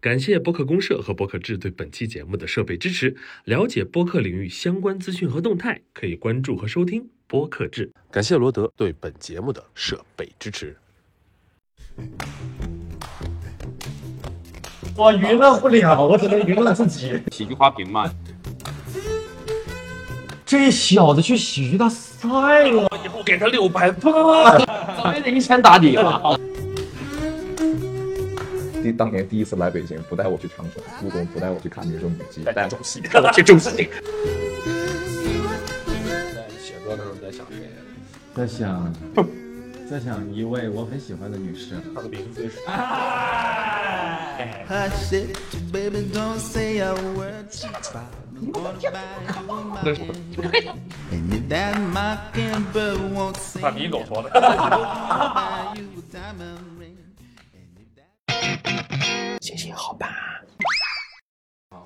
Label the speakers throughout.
Speaker 1: 感谢播客公社和播客志对本期节目的设备支持。了解播客领域相关资讯和动态，可以关注和收听播客志。感谢罗德对本节目的设备支持。
Speaker 2: 我娱乐不了，我只能娱乐自己。
Speaker 3: 喜剧花瓶嘛，
Speaker 2: 这小子去喜剧大赛了，
Speaker 1: 以后给他六百八。
Speaker 2: 早也得一拳打底了。
Speaker 4: 第当年第一次来北京，不带我去长城，陆总不带我去看这种古迹，带我去
Speaker 1: 你看我这重视你。
Speaker 5: 在写歌的时候在想谁？
Speaker 6: 在想，在想一位我很喜欢的女士。
Speaker 5: 她的名字是
Speaker 7: Hush it, baby, don't say a word. I'm gonna buy you my engine. And if that mockingbird won't sing,
Speaker 5: 范米狗说的。
Speaker 7: buy you a diamond ring.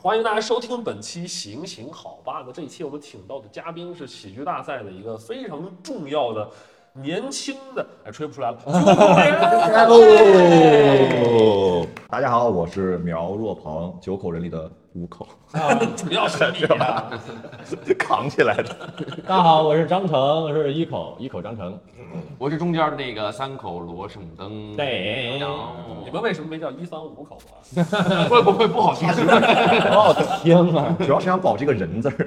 Speaker 5: 欢迎大家收听本期《行行好吧》的这一期，我们请到的嘉宾是喜剧大赛的一个非常重要的年轻的，哎，吹不出来了。
Speaker 4: 哦，大家好，我是苗若鹏，九口人里的五口，
Speaker 5: 主要是你啊，
Speaker 4: 扛起来的。
Speaker 2: 大家好，我是张成，我是一口一口张成。
Speaker 3: 我是中间的那个三口罗胜登。
Speaker 2: 对
Speaker 3: 然后
Speaker 5: 你们为什么没叫一三五口啊？
Speaker 3: 会不会不好 听？
Speaker 5: 哦
Speaker 2: 好好听 啊！
Speaker 4: 主要是想保这个人字儿。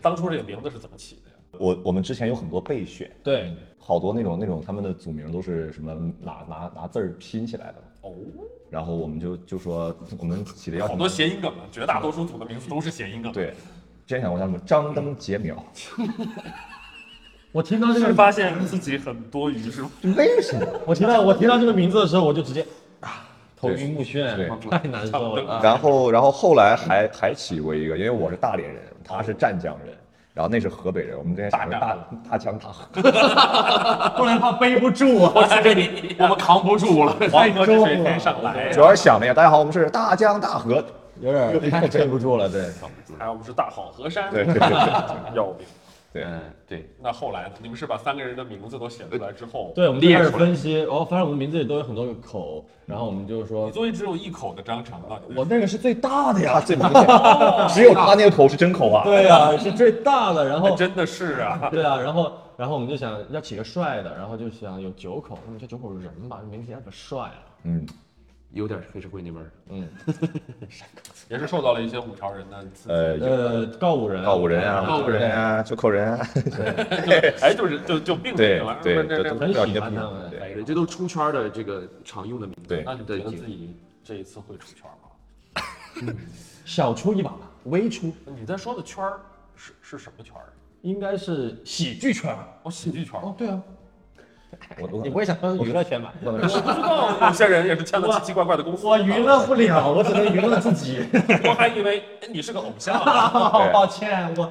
Speaker 5: 当初这个名字是怎么起的呀？
Speaker 4: 我我们之前有很多备选，
Speaker 2: 对，
Speaker 4: 好多那种那种他们的组名都是什么拿拿拿字儿拼起来的，
Speaker 5: 哦，
Speaker 4: 然后我们就就说我们起的要什
Speaker 5: 好
Speaker 4: 么
Speaker 5: 多？谐音梗啊，绝大多数组的名字都是谐音梗。，
Speaker 4: 对，之前想过叫什么张灯结 苗，
Speaker 2: 我听到这
Speaker 5: 是
Speaker 2: 个，
Speaker 5: 发现自己很多余 是吗？
Speaker 4: 为什么？
Speaker 2: 我听到我听到这个名字的时候，我就直接啊，头
Speaker 4: 对
Speaker 2: 晕目眩
Speaker 4: 对，
Speaker 2: 太难 受了。
Speaker 3: 呃
Speaker 4: 然后，然后后来还还起过一个，因为我是大连人，他是湛江人，然后那是河北人，我们之前想着大大江大河，
Speaker 2: 后来怕背不住啊，
Speaker 3: 我在这里，我们扛不住了。
Speaker 5: 黄河之水天上来
Speaker 4: 主。要是想那个，大家好，我们是大江大河，
Speaker 2: 有点太
Speaker 4: 对不住了，对，
Speaker 5: 还有我们是大好河山，
Speaker 4: 对对对
Speaker 5: 要命。
Speaker 3: 嗯，对，
Speaker 5: 那后来呢？你们是把三个人的名字都写出来之后，
Speaker 2: 对，我们就开始分析，然后发现我们名字里都有很多个口，然后我们就说
Speaker 5: 你，作为只有一口的张成啊，
Speaker 2: 我那个是最大的
Speaker 4: 他
Speaker 2: 呀，
Speaker 4: 最明显， 只有他那个口是真口啊，
Speaker 2: 对呀、是最大的，然后
Speaker 5: 还真的是啊，
Speaker 2: 对啊，然后然后我们就想要起个帅的，然后就想有九口，那么叫九口人吧，名字也可帅了。
Speaker 4: 嗯，
Speaker 3: 有点黑社会那味儿。
Speaker 5: 也是受到了一些五条人的刺激。
Speaker 4: 呃，有
Speaker 2: 呃，告五人，
Speaker 4: 告五人啊，
Speaker 3: 告五人
Speaker 4: 啊，九口人啊，
Speaker 5: 哎，就是就就并
Speaker 4: 对
Speaker 5: 进了，
Speaker 4: 对，
Speaker 5: 这
Speaker 4: 都
Speaker 5: 这
Speaker 4: 不
Speaker 2: 很
Speaker 4: 知道
Speaker 2: 喜
Speaker 4: 你的
Speaker 2: 欢
Speaker 4: 名
Speaker 2: 他们
Speaker 4: 字
Speaker 3: 对，这都出圈的这个常用的名字。
Speaker 4: 对
Speaker 5: 那你觉得
Speaker 3: 对
Speaker 5: 自己这一次会出圈吗？
Speaker 2: 小出一把，微出，
Speaker 5: 你在说的圈儿是是什么圈儿？啊
Speaker 2: 应该是喜剧圈。
Speaker 5: 哦，喜剧圈儿。
Speaker 2: 哦，对啊，
Speaker 4: 对，我
Speaker 2: 你不
Speaker 4: 我
Speaker 2: 会想到娱乐圈吧？
Speaker 5: 有些人也是签了奇奇怪怪的公司。
Speaker 2: 我娱乐不了，我只能娱乐自己。
Speaker 5: 我还以为哎你是个偶像啊。
Speaker 2: 抱歉，我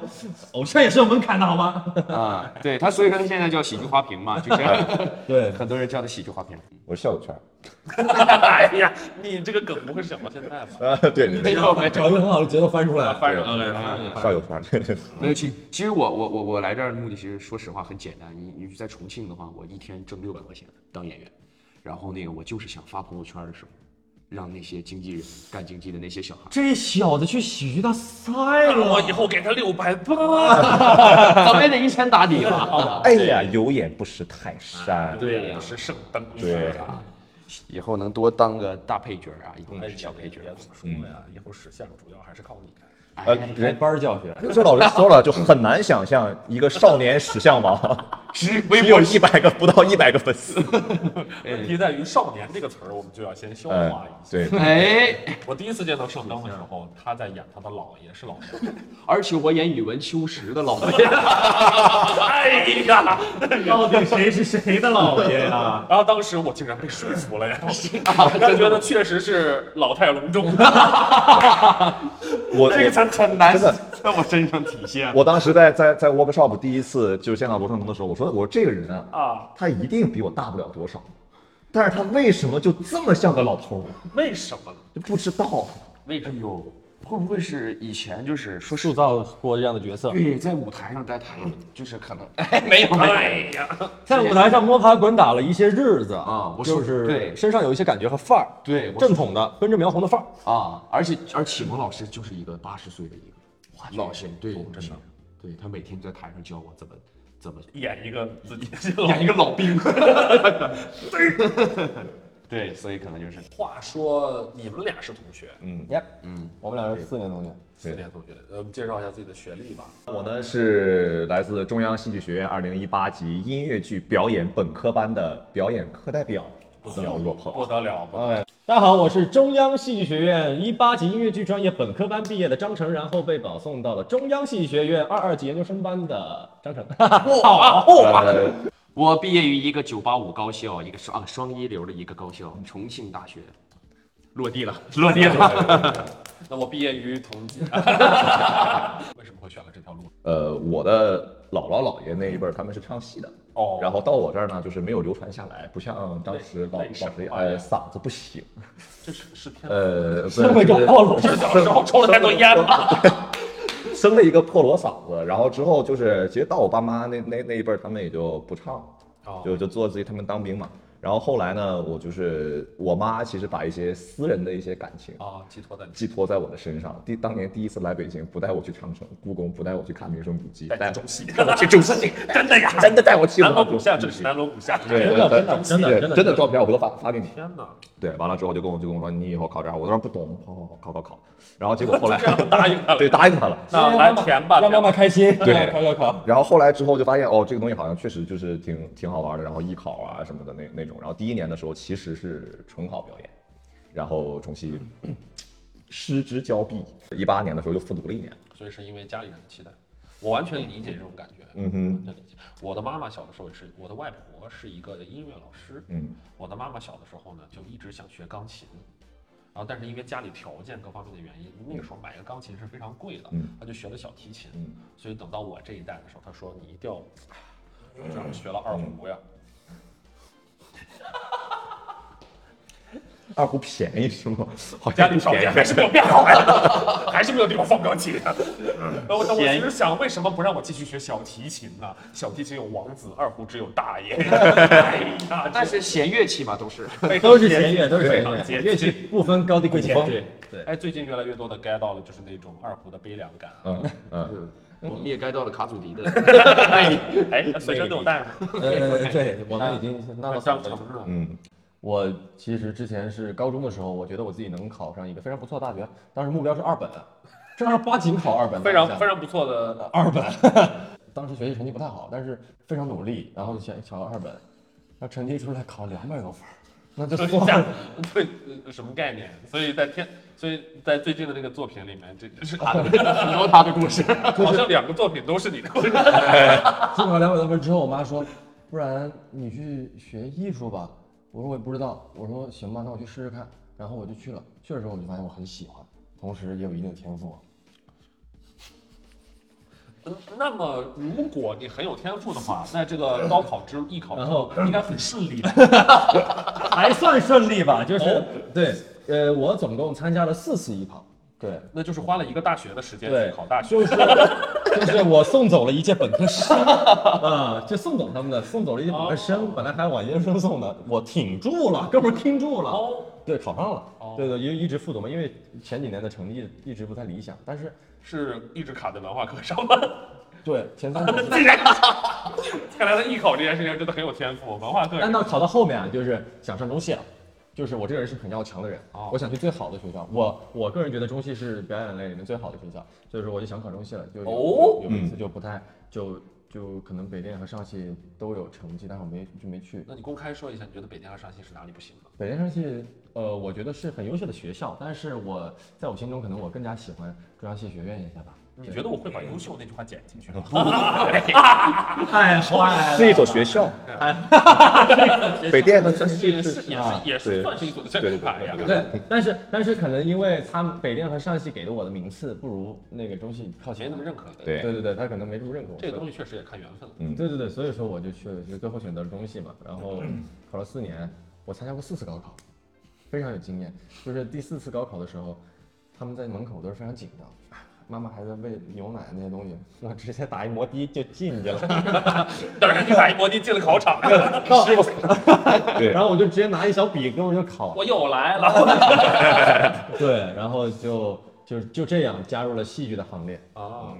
Speaker 2: 偶像也是有门槛的好吗？
Speaker 3: 啊，对他，所以说他现在叫喜剧花瓶嘛，就是
Speaker 2: 对
Speaker 3: 很多人叫他喜剧花瓶。
Speaker 4: 我是校友圈，
Speaker 5: 哎呀，你这个梗不会想到现 在吧？
Speaker 4: 啊，对，你
Speaker 3: 没有没有
Speaker 2: 找一个很好的节奏翻出来。
Speaker 5: 翻上
Speaker 3: 嗯
Speaker 5: 了，
Speaker 4: 校友圈， 对对，
Speaker 5: 嗯
Speaker 3: 没有，其其实我我我我来这儿的目的，其实说实话很简单。你你在重庆的话，我一天挣六百块钱当演员，然后那个我就是想发朋友圈的时候，让那些经纪人干经纪的那些小孩儿，
Speaker 2: 这小子去喜剧大赛
Speaker 5: 哎我
Speaker 2: 了，
Speaker 5: 以后给他六百 八。
Speaker 2: 早也得一拳打底了。
Speaker 4: 哎呀，有眼不识泰山，
Speaker 5: 对呀，是圣灯。
Speaker 4: 对
Speaker 5: 啊，
Speaker 3: 以后能多当个大配角啊，一嗯定
Speaker 5: 哎，
Speaker 3: 是小配角。
Speaker 5: 别总说呀，以后实现主要还是靠你。
Speaker 4: 呃，人班教学， 这老师说了，就很难想象一个少年史像 王， 只有一百个不到一百个粉丝。哎
Speaker 5: 问题在于“少年”这个词儿，我们就要先消
Speaker 4: 嗯
Speaker 5: 化一，下。
Speaker 4: 对，
Speaker 3: 哎，
Speaker 5: 我第一次见到圣灯的时候，他在演他的姥爷，是姥 爷。
Speaker 3: 而且我演宇文秋实的老爷，
Speaker 5: 哎呀！
Speaker 2: 到底谁是谁的老爷啊呀、
Speaker 5: 然后当时我竟然被说服了 呀，我觉得确实是老态龙钟，
Speaker 4: 我
Speaker 3: 这个
Speaker 4: 我
Speaker 3: 词很难
Speaker 4: 真的
Speaker 3: 在我身上体现。
Speaker 4: 我当时在在在 workshop 第一次就是见到罗胜腾的时候，我说我这个人啊，
Speaker 5: 啊
Speaker 4: 他一定比我大不了多少，但是他为什么就这么像个老头儿？
Speaker 5: 为什么呢？
Speaker 4: 就不知道。
Speaker 3: 为什么？会不会是以前就是说
Speaker 2: 塑造过这样的角色，
Speaker 3: 对，在舞台上待太就是可能哎没有没有，
Speaker 5: 哎呀，
Speaker 2: 在舞台上摸爬滚打了一些日子
Speaker 3: 啊我
Speaker 2: 就
Speaker 3: 说
Speaker 2: 是
Speaker 3: 对
Speaker 2: 身上有一些感觉和范儿，
Speaker 3: 对我
Speaker 2: 正统的跟着苗红的范儿。
Speaker 3: 啊，而且而启蒙老师就是一个八十岁的一个老先生，对，真的，对他每天在台上教我怎么怎么
Speaker 5: 演一个自己
Speaker 3: 演一个老兵， 对，所以可能就是
Speaker 5: 话说，你们俩是同学，
Speaker 2: 耶，嗯，我们俩是四年同学，
Speaker 5: 四年同学，呃，介绍一下自己的学历吧。
Speaker 4: 我呢是来自中央戏剧学院二零一八级音乐剧表演本科班的表演课代表苗若鹏。
Speaker 5: 不得了，不得了
Speaker 2: 哎，大家好，我是中央戏剧学院一八级音乐剧专业本科班毕业的张成，然后被保送到了中央戏剧学院二二级研究生班的张成。
Speaker 4: 呃，
Speaker 3: 我毕业于一个九八五高校，一个双啊双一流的一个高校，重庆大学，落地了，落地了。
Speaker 5: 那我毕业于同济，为什么会选了这条路？
Speaker 4: 呃，我的姥姥姥爷那一辈儿他们是唱戏的，
Speaker 5: 哦
Speaker 4: 然后到我这儿呢，就是没有流传下来，不像当时老
Speaker 5: 那
Speaker 4: 老
Speaker 5: 那什么
Speaker 4: 师
Speaker 5: 呀
Speaker 4: 呃嗓子不行，
Speaker 5: 这是是天
Speaker 4: 呃，不是
Speaker 2: 这么一个暴露，
Speaker 5: 这小时候抽了太多烟了。
Speaker 4: 生了一个破锣嗓子，然后之后就是，其实到我爸妈那那那一辈儿，他们也就不唱，
Speaker 5: 哦
Speaker 4: 就就做自己，他们当兵嘛。然后后来呢，我就是我妈，其实把一些私人的一些感情
Speaker 5: 啊，寄托在你。
Speaker 4: 寄托在我的身上。第当年第一次来北京，不带我去长城、故宫，不带我去看名胜古迹， 带
Speaker 5: 中戏，这中戏 真的呀，
Speaker 4: 真的带我去
Speaker 5: 南锣
Speaker 4: 过
Speaker 5: 鼓巷，这是南锣鼓巷。
Speaker 4: 对，呃
Speaker 2: 真的真的真的
Speaker 4: 对
Speaker 2: 真的
Speaker 4: 真的照片，我回头发发给你。
Speaker 5: 天哪，
Speaker 4: 对，完了之后就跟我就跟我说，你以后考这儿，我当时不懂，好好好，考考考。然后结果后 来
Speaker 5: 答应他了
Speaker 4: 对，答应他了。
Speaker 5: 那来填啊吧，
Speaker 2: 让妈妈开心。
Speaker 4: 对
Speaker 2: 考考考。
Speaker 4: 然后后来之后就发现，哦，这个东西好像确实就是挺挺好玩的，然后艺考啊什么的那那种。然后第一年的时候其实是纯考表演，然后重新
Speaker 2: 嗯
Speaker 4: 失之交臂。一八年的时候又复读了一年，
Speaker 5: 所以是因为家里人的期待。我完全理解这种感觉，
Speaker 4: 嗯哼
Speaker 5: 完全理解。我的妈妈小的时候也是，我的外婆是一个音乐老师，
Speaker 4: 嗯，
Speaker 5: 我的妈妈小的时候呢，就一直想学钢琴，然后但是因为家里条件各方面的原因，那个时候买个钢琴是非常贵的，
Speaker 4: 嗯
Speaker 5: 她就学了小提琴，
Speaker 4: 嗯
Speaker 5: 所以等到我这一代的时候，她说你一定要，我这样学
Speaker 2: 嗯
Speaker 5: 了二胡呀，
Speaker 4: 二胡便宜是吗？好
Speaker 5: 家
Speaker 4: 像
Speaker 5: 里
Speaker 4: 不
Speaker 5: 条
Speaker 4: 便宜。
Speaker 5: 件还是没有变好呀，还是没有地方放钢琴。然后我我其实想，为什么不让我继续学小提琴呢？小提琴有王子，二胡只有大爷。哎呀，
Speaker 3: 但是弦乐器嘛都 是，
Speaker 2: 都是弦乐，都是
Speaker 5: 非
Speaker 2: 弦
Speaker 5: 常
Speaker 2: 乐，
Speaker 5: 接近
Speaker 2: 乐器不分高低贵贱。
Speaker 5: 对
Speaker 2: 对
Speaker 5: 哎，最近越来越多的 get 到了，就是那种二胡的悲凉感啊。
Speaker 4: 嗯嗯，
Speaker 3: 我们也该到了卡祖笛的。
Speaker 5: 哎，随身都有带吗？
Speaker 2: 呃，对，我们已经那
Speaker 5: 那
Speaker 2: 到
Speaker 5: 像城市，
Speaker 2: 我其实之前是高中的时候，我觉得我自己能考上一个非常不错的大学，当时目标是二本，正儿八经考二本，
Speaker 5: 非常非
Speaker 2: 常
Speaker 5: 常不错的。
Speaker 2: 二本。 当时学习成绩不太好，但是非常努力，然后就想考二本，那成绩出来考两百多分儿，那就
Speaker 5: 就是
Speaker 2: 算
Speaker 5: 像
Speaker 2: 了。
Speaker 5: 对呃什么概念？所以在天，所以在最近的那个作品里面，这是
Speaker 3: 很多他的故事。
Speaker 5: 好像两个作品都是你的故事。
Speaker 2: 自考两百多分之后，我妈说，不然你去学艺术吧。我说我也不知道。我说行吧，那我去试试看。然后我就去了，去的时候我就发现我很喜欢，同时也有一定的天赋。
Speaker 5: 嗯 那么，如果你很有天赋的话，那这个高考之艺考之后应该很顺利的。
Speaker 2: 还算顺利吧，就是、对，呃，我总共参加了四次艺考，对
Speaker 5: 那就是花了一个大学的时间
Speaker 2: 对
Speaker 5: 去考大学。
Speaker 2: 就是就是我送走了一届本科生 啊，就送走他们的，送走了一届本科
Speaker 5: 哦
Speaker 2: 生，本来还往研究生送的，我挺住了，哥们儿挺住了，
Speaker 5: 哦
Speaker 2: 对，考上了，
Speaker 5: 哦
Speaker 2: 对对，一一直复读嘛，因为前几年的成绩一直不太理想，但是
Speaker 5: 是一直卡在文化课上吗？
Speaker 2: 对前三名。
Speaker 5: 看来他艺考这件事情真的很有天赋，文化课
Speaker 2: 但到考到后面啊，就是想上中戏了，就是我这个人是很要强的人，
Speaker 5: 哦
Speaker 2: 我想去最好的学校。我我个人觉得中戏是表演类里面最好的学校，所以说我就想考中戏了。就有
Speaker 5: 哦
Speaker 2: 有有一次就不太就就可能北电和上戏都有成绩，但是我没就没去。
Speaker 5: 那你公开说一下，你觉得北电和上戏是哪里不行吗？
Speaker 2: 北电上戏，呃，我觉得是很优秀的学校，但是我在我心中可能我更加喜欢中央戏学院一些吧。
Speaker 5: 你觉得我会把“优秀”那句话剪进去吗？
Speaker 2: 太坏
Speaker 4: 是一所学校，北电的真是
Speaker 5: 也是也是也是算是一组的正牌
Speaker 2: 啊
Speaker 5: 呀。
Speaker 2: 对，但是但是可能因为他们北电和上戏给的我的名次不如那个中戏靠
Speaker 5: 没
Speaker 2: 前
Speaker 5: 那么，认可的。
Speaker 4: 对
Speaker 2: 对对对，他可能没这么认可我。
Speaker 5: 这个东西确实也看缘分。
Speaker 4: 嗯
Speaker 2: 对对对，所以说我就去了，就最后选择了中戏嘛。然后考了四年，我参加过四次高考，非常有经验。就是第四次高考的时候，他们在门口都是非常紧张。妈妈还在喂牛奶那些东西，我直接打一摩的就进去了。
Speaker 5: 当然，你把一摩的进了烤场，师傅，
Speaker 4: 对
Speaker 2: 哦然后我就直接拿一小笔跟我就烤
Speaker 5: 我又 来了。
Speaker 2: 对，然后就就就这样加入了戏剧的行列。
Speaker 5: 啊，
Speaker 3: 哦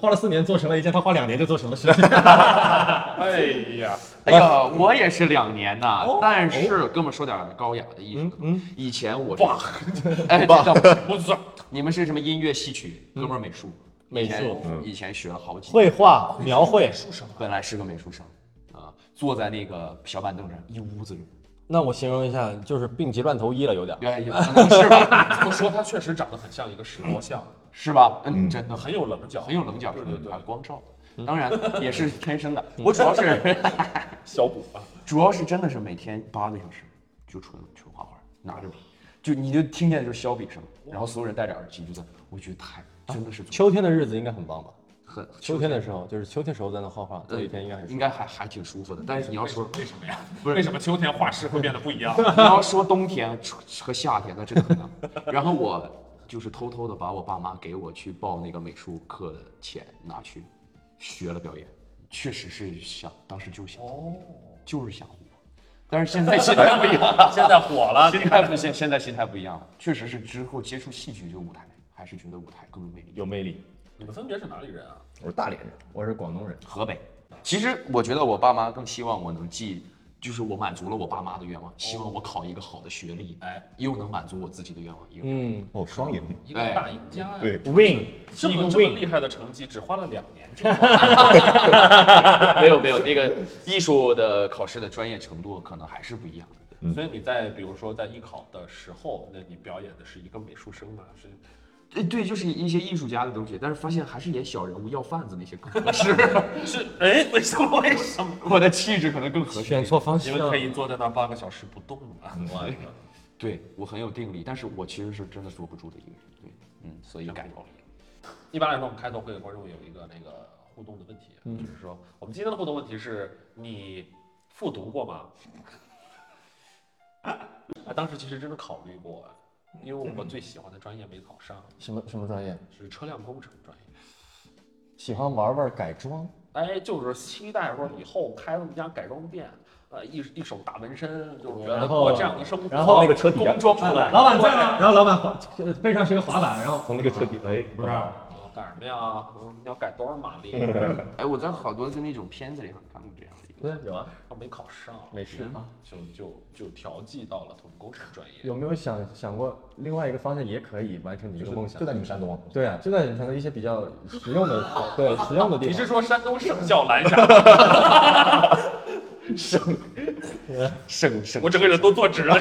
Speaker 2: 花了四年做成了一件他花两年就做成的事情。
Speaker 5: 哎呀，
Speaker 3: 哎呀， 我也是两年呐，但是哥们儿说点高雅的艺术。嗯，以前我哇， 哎，这倒不是
Speaker 5: 我操！
Speaker 3: 你们是什么音乐戏曲？哥们嗯儿美术，嗯
Speaker 2: 美
Speaker 3: 以前
Speaker 2: 术
Speaker 3: 以前学了好几年，
Speaker 2: 绘 画、描绘，
Speaker 3: 本来是个美术生啊，坐在那个小板凳上，一屋子 人，
Speaker 2: 那我形容一下，就是病急乱投医了，有点。
Speaker 3: 原 来也哎是吧？
Speaker 5: 这么说他确实长得很像一个石磨像，
Speaker 3: 是吧？嗯，真的很
Speaker 5: 很有棱角，
Speaker 3: 很有棱角，
Speaker 5: 对对对
Speaker 3: 啊，光照的，当然也是天生的。我主要是
Speaker 5: 小补啊，
Speaker 3: 主要是真的是每天八个小时就纯纯画画，拿着笔，就你就听见就是削笔声，然后所有人戴着耳机就在，我觉得太真的是
Speaker 2: 秋天的日子应该很棒吧？
Speaker 3: 很
Speaker 2: 秋天的时候，就是秋天时候在那画画，这一天应该很
Speaker 3: 应该还还挺舒服的。但是你要说
Speaker 5: 为什么呀？
Speaker 3: 不是
Speaker 5: 为什么秋天画室会变得不一样？
Speaker 3: 你要说冬天和夏天，那真的很难。然后我就是偷偷的把我爸妈给我去报那个美术课的钱拿去学了表演，确实是想当时就想，就是想火。但是现在心态不一样，
Speaker 5: 现在火了，
Speaker 3: 心态不现现在心态不一样了，确实是之后接触戏剧这个舞台，还是觉得舞台更有魅力。
Speaker 2: 有魅力。
Speaker 5: 你们分别是哪里人啊？
Speaker 4: 我是大连人，
Speaker 2: 我是广东人，
Speaker 3: 河北，其实我觉得我爸妈更希望我能记，就是我满足了我爸妈的愿望，希望我考一个好的学历，哎，又能满足我自己的愿望，一个
Speaker 2: 嗯
Speaker 4: 哦，双赢，
Speaker 5: 一个大赢家呀，
Speaker 4: 对
Speaker 2: ，win
Speaker 5: 这么这么厉害的成绩，只花了两年，
Speaker 3: 没有没有，那个艺术的考试的专业程度可能还是不一样的。
Speaker 5: 所以你在比如说在艺考的时候，那你表演的是一个美术生嘛？是
Speaker 3: 对对，就是一些艺术家的东西，但是发现还是演小人物、要贩子那些更 合适。
Speaker 5: 是，哎，为什么为什么？
Speaker 3: 我的气质可能更合适。
Speaker 2: 选错方
Speaker 5: 你
Speaker 2: 向
Speaker 5: 们可以坐在那儿八个小时不动啊！
Speaker 3: 对我很有定力，但是我其实是真的坐不住的一个人。对，嗯，所以改造了一个。
Speaker 5: 一般来说，我们开头会给观众有一个那个互动的问题，
Speaker 2: 嗯
Speaker 5: 就是说，我们今天的互动问题是你复读过吗？啊，当时其实真的考虑过，啊因为我最喜欢的专业没考上，
Speaker 2: 什么什么专业？
Speaker 5: 是车辆工程专业。
Speaker 2: 喜欢玩玩改装，
Speaker 5: 哎，就是期待说以后开他们家改装店，呃，一一手大纹身，就是觉得
Speaker 2: 然后
Speaker 5: 过这样的生活，
Speaker 2: 然后那
Speaker 4: 个车底下
Speaker 5: 工装出来，
Speaker 2: 哎老板在 吗？然后老板滑呃背上是个滑板，然后
Speaker 4: 从那个车底，哎，不是，
Speaker 5: 啊干什么呀？嗯你要改多少马 力？
Speaker 3: 哎，我在好多的那种片子里好像看过这样的一个。
Speaker 2: 对有啊，
Speaker 5: 他没考上，
Speaker 2: 没事。
Speaker 5: 就就就调剂到了土木工程专业。
Speaker 2: 有没有想想过另外一个方向也可以完成你这个梦想？
Speaker 4: 就在你们山东，
Speaker 2: 对啊，就在你们的一些比较实用 的，对实用的地
Speaker 5: 你是
Speaker 2: 方。
Speaker 5: 说山东省校蓝山？
Speaker 3: 省省
Speaker 5: 我整个人都坐直 了。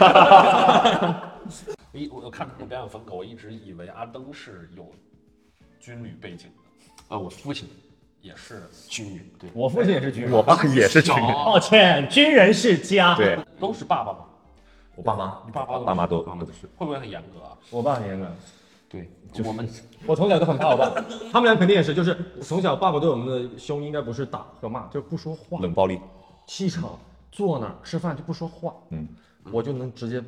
Speaker 5: 我一我看那个表演风格，我一直以为阿登是有军旅背景的，
Speaker 3: 呃，我父亲
Speaker 5: 也是
Speaker 3: 军人，对，
Speaker 2: 我父亲也是军人，
Speaker 4: 我爸啊也是军人，
Speaker 3: 哦，
Speaker 2: 抱歉，军人世 家。
Speaker 4: 对
Speaker 5: 都是爸爸嘛，
Speaker 4: 我爸妈，
Speaker 5: 你爸爸
Speaker 4: 爸妈都
Speaker 3: 爸妈
Speaker 4: 都是，
Speaker 5: 会不会很严格啊？
Speaker 2: 我爸很严格，
Speaker 3: 对，我们
Speaker 2: 我从小都很怕我爸。 他们俩肯定也是，就是从小爸爸对我们的凶应该不是打和骂，就是不说话，
Speaker 4: 冷暴力，
Speaker 2: 气场，坐那儿吃饭就不说话，
Speaker 4: 嗯，
Speaker 2: 我就能直接，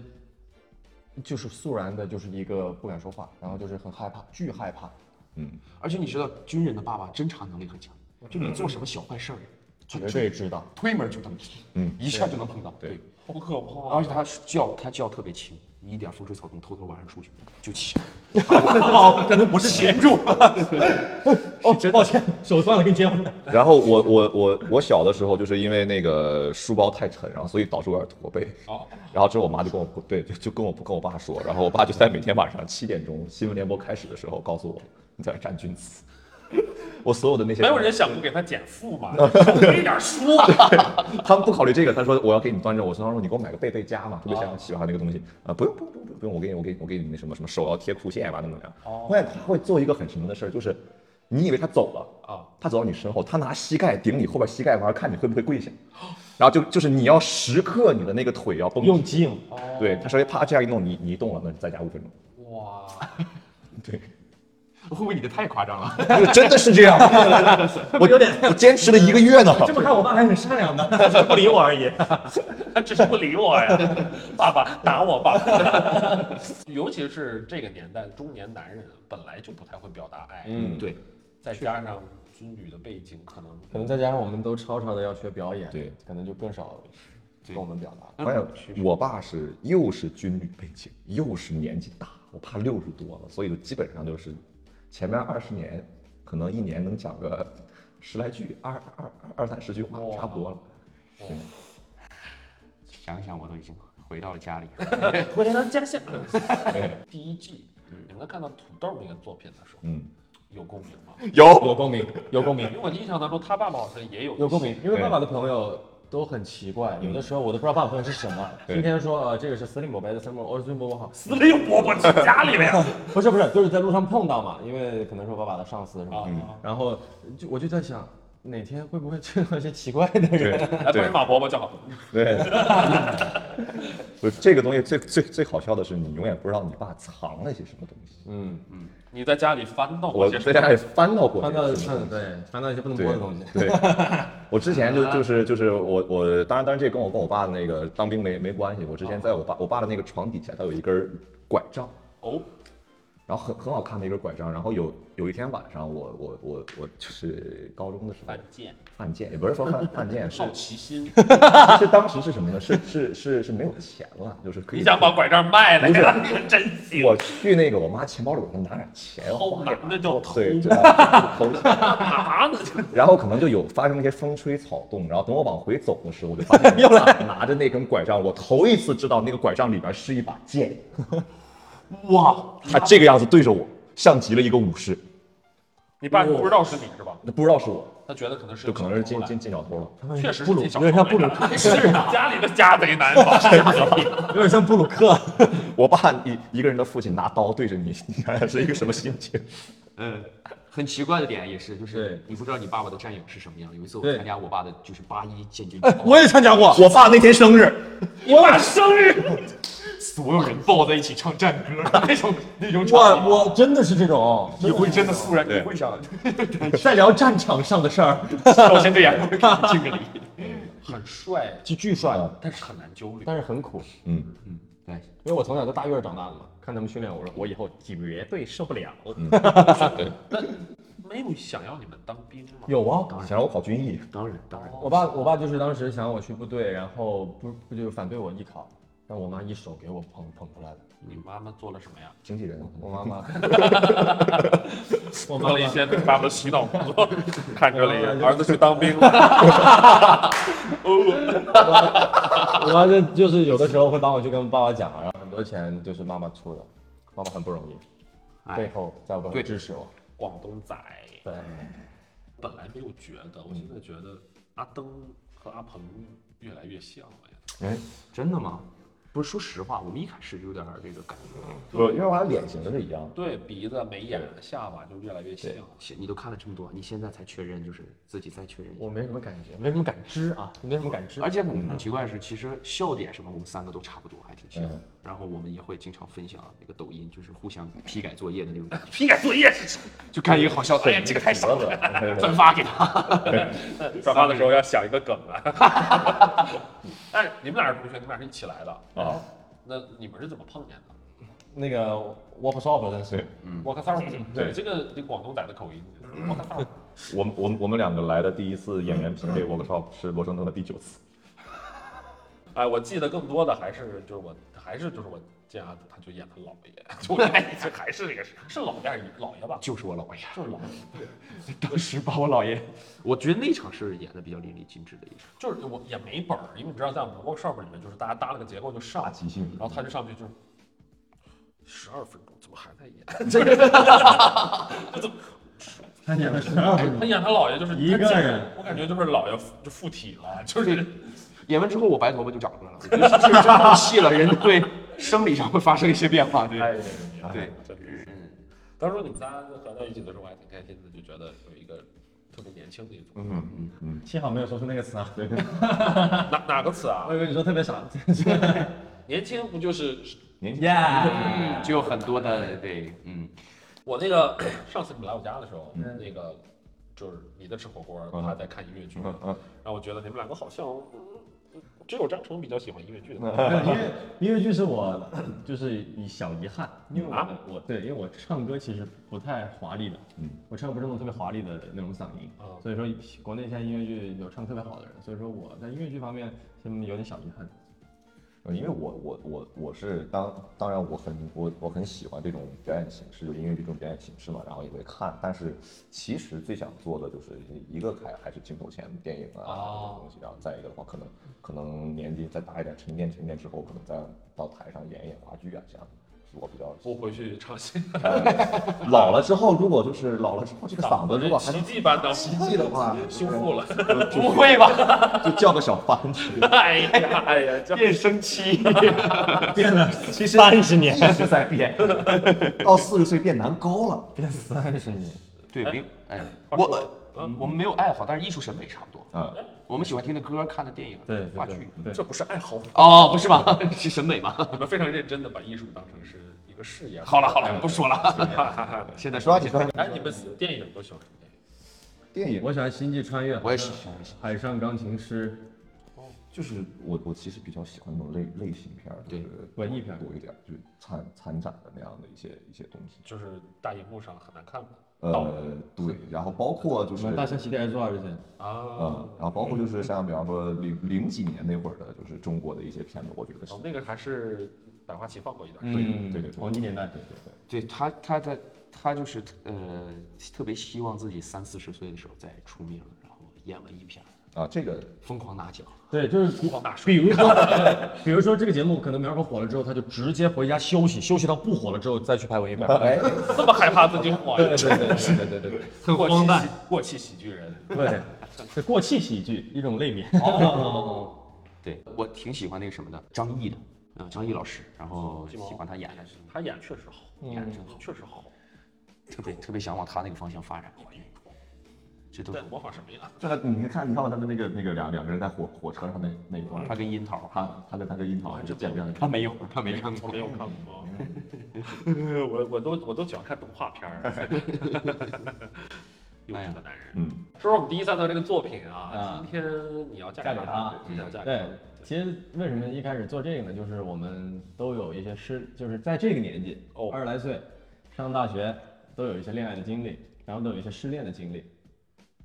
Speaker 2: 就是肃然的，就是一个不敢说话，然后就是很害怕，巨害 怕。
Speaker 4: 嗯，
Speaker 3: 而且你知道，军人的爸爸侦查能力很强，就你做什么小坏事儿，
Speaker 2: 绝对知道，
Speaker 3: 推门就能，
Speaker 4: 嗯
Speaker 3: 一下就能碰到，
Speaker 4: 对。
Speaker 5: 好可怕！啊
Speaker 3: 而且他叫他叫特别轻，你一点风吹草动，偷偷晚上出去就起来。
Speaker 2: 哦，抱歉，手酸了，给你接回来。
Speaker 4: 然后我我我我小的时候就是因为那个书包太沉，然后所以导致我有点驼背。
Speaker 5: 哦
Speaker 4: 然后之后我妈就跟我不对，就就跟我不跟我爸说，然后我爸就在每天晚上七点钟新闻联播开始的时候告诉我你在站军姿。 我所有的那些
Speaker 5: 没有人想过给他减负 嘛？少一点书。
Speaker 4: 他们不考虑这个，他说我要给你端正，我说他说你给我买个背背佳嘛，特别像喜欢那个东西啊，不用不用不用不用，我给你我给你我给你那什么什么手要贴裤线吧，怎么怎么
Speaker 2: 哦
Speaker 4: 样。关键他会做一个很什么的事儿，就是你以为他走了
Speaker 2: 哦
Speaker 5: 啊，
Speaker 4: 他走到你身后，他拿膝盖顶你后边膝盖弯，看你会不会跪下，然后就就是你要时刻你的那个腿要绷
Speaker 2: 哦用劲，
Speaker 4: 哎 对他稍微啪这样一弄，你你一动了，那你再加五分钟。
Speaker 5: 哇，
Speaker 4: 对，
Speaker 3: 会不会你的太夸张了？
Speaker 4: 真的是这样，我有点我坚持了一个月呢。
Speaker 8: 这么看，我爸还很善良的，他 只是不理我而已。
Speaker 9: 他只是不理我呀，爸爸打我吧。
Speaker 5: 尤其是这个年代，中年男人啊本来就不太会表达爱，
Speaker 4: 嗯，
Speaker 3: 对，
Speaker 5: 再加上军旅的背景，可能
Speaker 2: 可能再加上我们都超超的要学表演，
Speaker 4: 对，
Speaker 2: 可能就更少跟我们表达。
Speaker 4: 我想哎我爸是又是军旅背景，又是年纪大，我爸六十多了，所以就基本上就是前面二十年，可能一年能讲个十来句，二二二二三十句话差不多了。
Speaker 3: 想想我都已经回到了家里。
Speaker 5: 回到家乡。
Speaker 4: 对，
Speaker 5: 第一季，你们看到土豆那个作品的时候，
Speaker 4: 嗯，
Speaker 5: 有共鸣吗？
Speaker 4: 有
Speaker 2: 有共鸣，有共鸣
Speaker 5: 因，为我印象当中，他爸爸好像也有
Speaker 2: 有共鸣。因为爸爸的朋友都很奇怪，有的时候我都不知道爸爸朋友是什么。
Speaker 4: 对
Speaker 2: 今天说呃这个是司令伯伯的司令伯伯，哦司令伯伯好，
Speaker 9: 司令伯伯去家里面，
Speaker 2: 不是不是，就是在路上碰到嘛，因为可能是我爸爸的上司
Speaker 5: 啊
Speaker 2: 什么
Speaker 4: 嗯
Speaker 2: 的。然后就我就在想，哪天会不会见到一些奇怪的
Speaker 4: 对
Speaker 2: 人？
Speaker 9: 来不是马伯伯就好。
Speaker 4: 对，不是这个东西最最最好笑的是，你永远不知道你爸藏了些什么东西。
Speaker 2: 嗯，
Speaker 9: 你在家里翻到
Speaker 4: 我
Speaker 9: 些
Speaker 4: 在家里翻到过
Speaker 2: 翻
Speaker 4: 这
Speaker 2: 到
Speaker 4: 个东西，
Speaker 2: 看对，翻到一些不能播的东西。
Speaker 4: 对， 我之前就就是就是我我当然当然这跟我跟我爸的那个当兵没没关系。我之前在我爸我爸的那个床底下，他有一根拐杖，
Speaker 9: 哦，
Speaker 4: 然后很很好看的一根拐杖。然后有有一天晚上我，我我我就是高中的时候
Speaker 5: 犯贱、
Speaker 4: 犯贱，也不是说犯犯贱，是
Speaker 5: 好奇心，
Speaker 4: 是当时是什么呢？是是是是没有钱了，就是可以
Speaker 9: 你想把拐杖卖了呀？你真行，
Speaker 4: 我去那个我妈钱包里头拿点钱，
Speaker 9: 偷男的就偷，
Speaker 4: 哦对，知道偷钱。
Speaker 9: 干嘛呢？
Speaker 4: 然后可能就有发生一些风吹草动，然后等我往回走的时候，我就发现又来拿着那根拐杖，我头一次知道那个拐杖里边是一把剑，
Speaker 9: 哇，
Speaker 4: 他这个样子对着我，像极了一个武士，
Speaker 9: 你爸不知道是你是吧？
Speaker 4: 那不知道是我，
Speaker 5: 他觉得可能是
Speaker 4: 就可能是进
Speaker 5: 进
Speaker 4: 进进小偷了。
Speaker 9: 确实
Speaker 2: 布
Speaker 9: 是
Speaker 2: 鲁
Speaker 9: 进小
Speaker 2: 有点像布鲁，
Speaker 9: 是啊，家里的家贼难防。
Speaker 2: 有点像布鲁克。
Speaker 4: 我爸一一个人的父亲拿刀对着你，你看是一个什么心情？
Speaker 3: 嗯，很奇怪的点也是，就是
Speaker 2: 对
Speaker 3: 你不知道你爸爸的战友是什么样。有一次我
Speaker 2: 对
Speaker 3: 参加我爸的就是八一建军，
Speaker 2: 我也参加过，
Speaker 4: 我爸那天生日，
Speaker 9: 我爸生日，
Speaker 3: 所有人抱在一起唱战歌那种那种场景，
Speaker 2: 我我真的是这种。
Speaker 9: 你会真的肃然，你会想，
Speaker 2: 在聊战场上的事儿，
Speaker 9: 首先这 样，敬个礼。
Speaker 5: 很帅，
Speaker 2: 就巨帅，
Speaker 5: 但是很难焦虑。
Speaker 2: 但是很苦。
Speaker 4: 嗯，
Speaker 3: 对，
Speaker 2: 因为我从小在大院长大的嘛，看他们训练，我说我以后绝对受不了。
Speaker 5: 没有想要你们当兵吗？哦
Speaker 2: 有啊，
Speaker 4: 想让我考军艺，
Speaker 3: 当然当然，
Speaker 2: 我爸我爸就是当时想让我去部队，然后不不就反对我艺考，让我妈一手给我捧捧出来的。
Speaker 5: 你妈妈做了什么呀？
Speaker 4: 经纪人，
Speaker 2: 我妈妈，
Speaker 9: 我做了一些对爸爸的洗脑工 作，看这
Speaker 2: 嗯
Speaker 9: 里，儿子去当兵了。
Speaker 2: 我妈就就是有的时候会帮我去跟爸爸讲，然后很多钱就是妈妈出的，妈妈很不容易，背
Speaker 3: 哎，
Speaker 2: 后在我背后
Speaker 3: 对
Speaker 2: 支持我。
Speaker 5: 广东仔
Speaker 2: 对，
Speaker 5: 本来没有觉得，我现在觉得阿登和阿鹏越来越像了呀。
Speaker 3: 真的吗？不是，说实话，我们一开始就有点儿这个感觉。
Speaker 4: 我因为我俩脸型是一样的，
Speaker 5: 对，鼻子、眉眼、下巴就越来越像了。
Speaker 3: 你都看了这么多，你现在才确认，就是自己再确认一
Speaker 2: 我
Speaker 3: 下。
Speaker 2: 没什么感觉，没什么感知啊，没什么感知
Speaker 3: 而。且很很奇怪的是，其实笑点什么，我们三个都差不多，还挺像
Speaker 4: 嗯。
Speaker 3: 然后我们也会经常分享那个抖音，就是互相批改作业的那种感觉，
Speaker 9: 批改作业是什么？
Speaker 3: 就看一个好笑的，哎呀，这个 太傻了， 转发给他。
Speaker 9: 转发的时候要想一个梗啊。
Speaker 5: 但是你们俩是同学，你们俩是一起来的，
Speaker 4: 啊，
Speaker 5: 那你们是怎么碰见的？
Speaker 2: 那个 workshop 认识，
Speaker 5: 我靠，三儿
Speaker 4: 对
Speaker 5: 这个这广东仔的口音，我靠，三儿
Speaker 4: 我们我们我们两个来的第一次演员匹配 workshop 是罗生门的第九次，
Speaker 5: 哎，我记得更多的还是就是我还是就是我见阿紫，他就演他姥 爷，就我哎，这还是那个是是姥爷还是姥爷吧？
Speaker 3: 就是我姥爷，
Speaker 5: 就是姥爷，
Speaker 3: 当时把我姥爷，我觉得那场是演的比较淋漓尽致的一场。
Speaker 5: 就是我也没本儿，因为你知道在我们 workshop 里面，就是大家搭了个结构就上，
Speaker 4: 即兴
Speaker 5: 然后他就上去就是十二分钟，怎么还在演？
Speaker 8: 他演了十二分
Speaker 5: 他
Speaker 8: 钟，
Speaker 5: 演他姥爷就是
Speaker 8: 一个人，
Speaker 5: 我感觉就是姥爷就附体了，就是
Speaker 3: 演完之后，我白头发就长出来了，我觉得就是这么细了，人会生理上会发生一些变化，
Speaker 5: 哎
Speaker 4: 哎
Speaker 3: 对对。
Speaker 5: 当初你们仨合在一起的时候，我还挺开心的，就觉得有一个特别年轻的一组。
Speaker 4: 嗯
Speaker 8: 幸好没有说出那个词啊。
Speaker 5: 哪哪个词啊
Speaker 8: 我？以为你说特别 傻。
Speaker 5: 年轻不就是
Speaker 4: 年轻
Speaker 8: 耶，
Speaker 3: 就有很多的对，嗯，
Speaker 5: 我那个 上次你们来我家的时候，
Speaker 4: 嗯
Speaker 5: 那个就是你在吃火锅，他在看音乐
Speaker 4: 嗯
Speaker 5: 剧，然后我觉得你们两个好像嗯只有张成比较喜欢音乐剧
Speaker 4: 嗯
Speaker 5: 的，
Speaker 2: 因为音乐剧是我就是一小遗憾，因为
Speaker 5: 啊
Speaker 2: 我我对，因为我唱歌其实不太华丽的，嗯，我唱不是那种特别华丽的那种嗓音，
Speaker 5: 哦
Speaker 2: 所以说国内现在音乐剧有唱特别好的人，所以说我在音乐剧方面其实有点小遗憾。
Speaker 4: 呃因为我我我我是当当然我很我我很喜欢这种表演形式，就音乐剧这种表演形式嘛，然后也会看，但是其实最想做的就是一个还还是镜头前电影啊这种东西，然后再一个的话，可能可能年纪再大一点，沉淀沉淀之后，可能再到台上演一演话剧啊这样。是我比较
Speaker 5: 不回去唱戏，
Speaker 4: 老了之后，如果就是老了之后这个嗓子如 果还
Speaker 5: 奇
Speaker 4: 能
Speaker 5: 迹般的
Speaker 4: 奇迹的话，
Speaker 5: 修 复了，
Speaker 4: 不会啊吧？就叫个小番吃。
Speaker 5: 哎呀哎呀，这
Speaker 3: 变声期，
Speaker 2: 变了，其实三十年
Speaker 4: 一直在 变，到四十岁变男高了。
Speaker 2: 变三十年，
Speaker 3: 对，没有，哎，我
Speaker 5: 嗯
Speaker 3: 我们没有爱好，但是艺术审美差不多。
Speaker 4: 啊，
Speaker 3: 我们喜欢听的歌、看的电影、
Speaker 2: 对对
Speaker 3: 话
Speaker 2: 对
Speaker 3: 剧，
Speaker 2: 对
Speaker 5: 这不是爱好吗，
Speaker 3: 哦，不是吧？ 是审美吧？
Speaker 5: 你们非常认真的把艺术当成是一个事业。哎
Speaker 3: 好了好了，不说了。
Speaker 5: 了，
Speaker 3: 现在
Speaker 4: 说
Speaker 3: 说
Speaker 4: 啊，你说
Speaker 5: 哎，你们电影都喜欢什么电
Speaker 4: 电
Speaker 5: 影？
Speaker 4: 影，
Speaker 2: 我喜欢《星际穿越》，
Speaker 3: 我也是
Speaker 2: 《海上钢琴师
Speaker 4: 就是我我其实比较喜欢那种类类型片儿，就是
Speaker 2: 文艺片儿
Speaker 4: 多一点，就是参参展的那样的一些一些东西。
Speaker 5: 就是大荧幕上很难看的
Speaker 4: 呃，对，然后包括就》，
Speaker 2: 什
Speaker 4: 是
Speaker 2: 么《大象席地而坐》这些，
Speaker 5: 啊
Speaker 4: 嗯，。然后包括就是像比方说零零几年那会儿的，就是中国的一些片子，我觉得是
Speaker 5: 哦，那个还是百花齐放过一段时间。
Speaker 2: 嗯，
Speaker 4: 对对对
Speaker 2: 黄金年代，对对对。
Speaker 3: 对他，他在他就是呃，特别希望自己三四十岁的时候再出名，然后演文艺片，
Speaker 4: 啊，这个
Speaker 3: 疯狂拿奖。
Speaker 2: 对，就是比
Speaker 5: 狂大
Speaker 2: 比如说，对比如说这个节目可能苗哥火了之后，他就直接回家休息，休息到不火了之后再去拍文艺片。
Speaker 4: 哎，
Speaker 5: 嗯这么害怕自己火，
Speaker 2: 对对对对对对对
Speaker 5: 很
Speaker 3: 荒诞
Speaker 5: 过气喜剧人。
Speaker 2: 对， 哦是过气喜剧一种类别。
Speaker 3: 对我挺喜欢那个什么的，张译的，嗯，张译老师，然后喜
Speaker 5: 毛
Speaker 3: 欢他演的，
Speaker 5: 他演确实好，
Speaker 3: 演的真好，
Speaker 5: 确实好。
Speaker 3: 特别特别想往他那个方向发展。这都
Speaker 5: 对
Speaker 3: 是，
Speaker 5: 模仿什么呀？
Speaker 4: 这你看，你看他们那个那个两两个人在火火车上那那一段，
Speaker 3: 他跟樱桃，
Speaker 4: 他他跟他跟樱桃还是见面，
Speaker 3: 他没有，他没看
Speaker 5: 我
Speaker 3: 过
Speaker 5: 没。有看过， 我我都我都喜欢看动画片儿。 幼稚的男人，
Speaker 4: 嗯，
Speaker 5: 说说我们第一赛道这个作品啊
Speaker 2: 啊，
Speaker 5: 今天你要嫁
Speaker 2: 嫁给
Speaker 5: 他
Speaker 2: 他，
Speaker 5: 你要嫁给
Speaker 2: 对，其实为什么一开始做这个呢？就是我们都有一些失，就是在这个年纪，
Speaker 5: 哦
Speaker 2: 二十来岁，上大学，都有一些恋爱的经历，然后都有一些失恋的经历，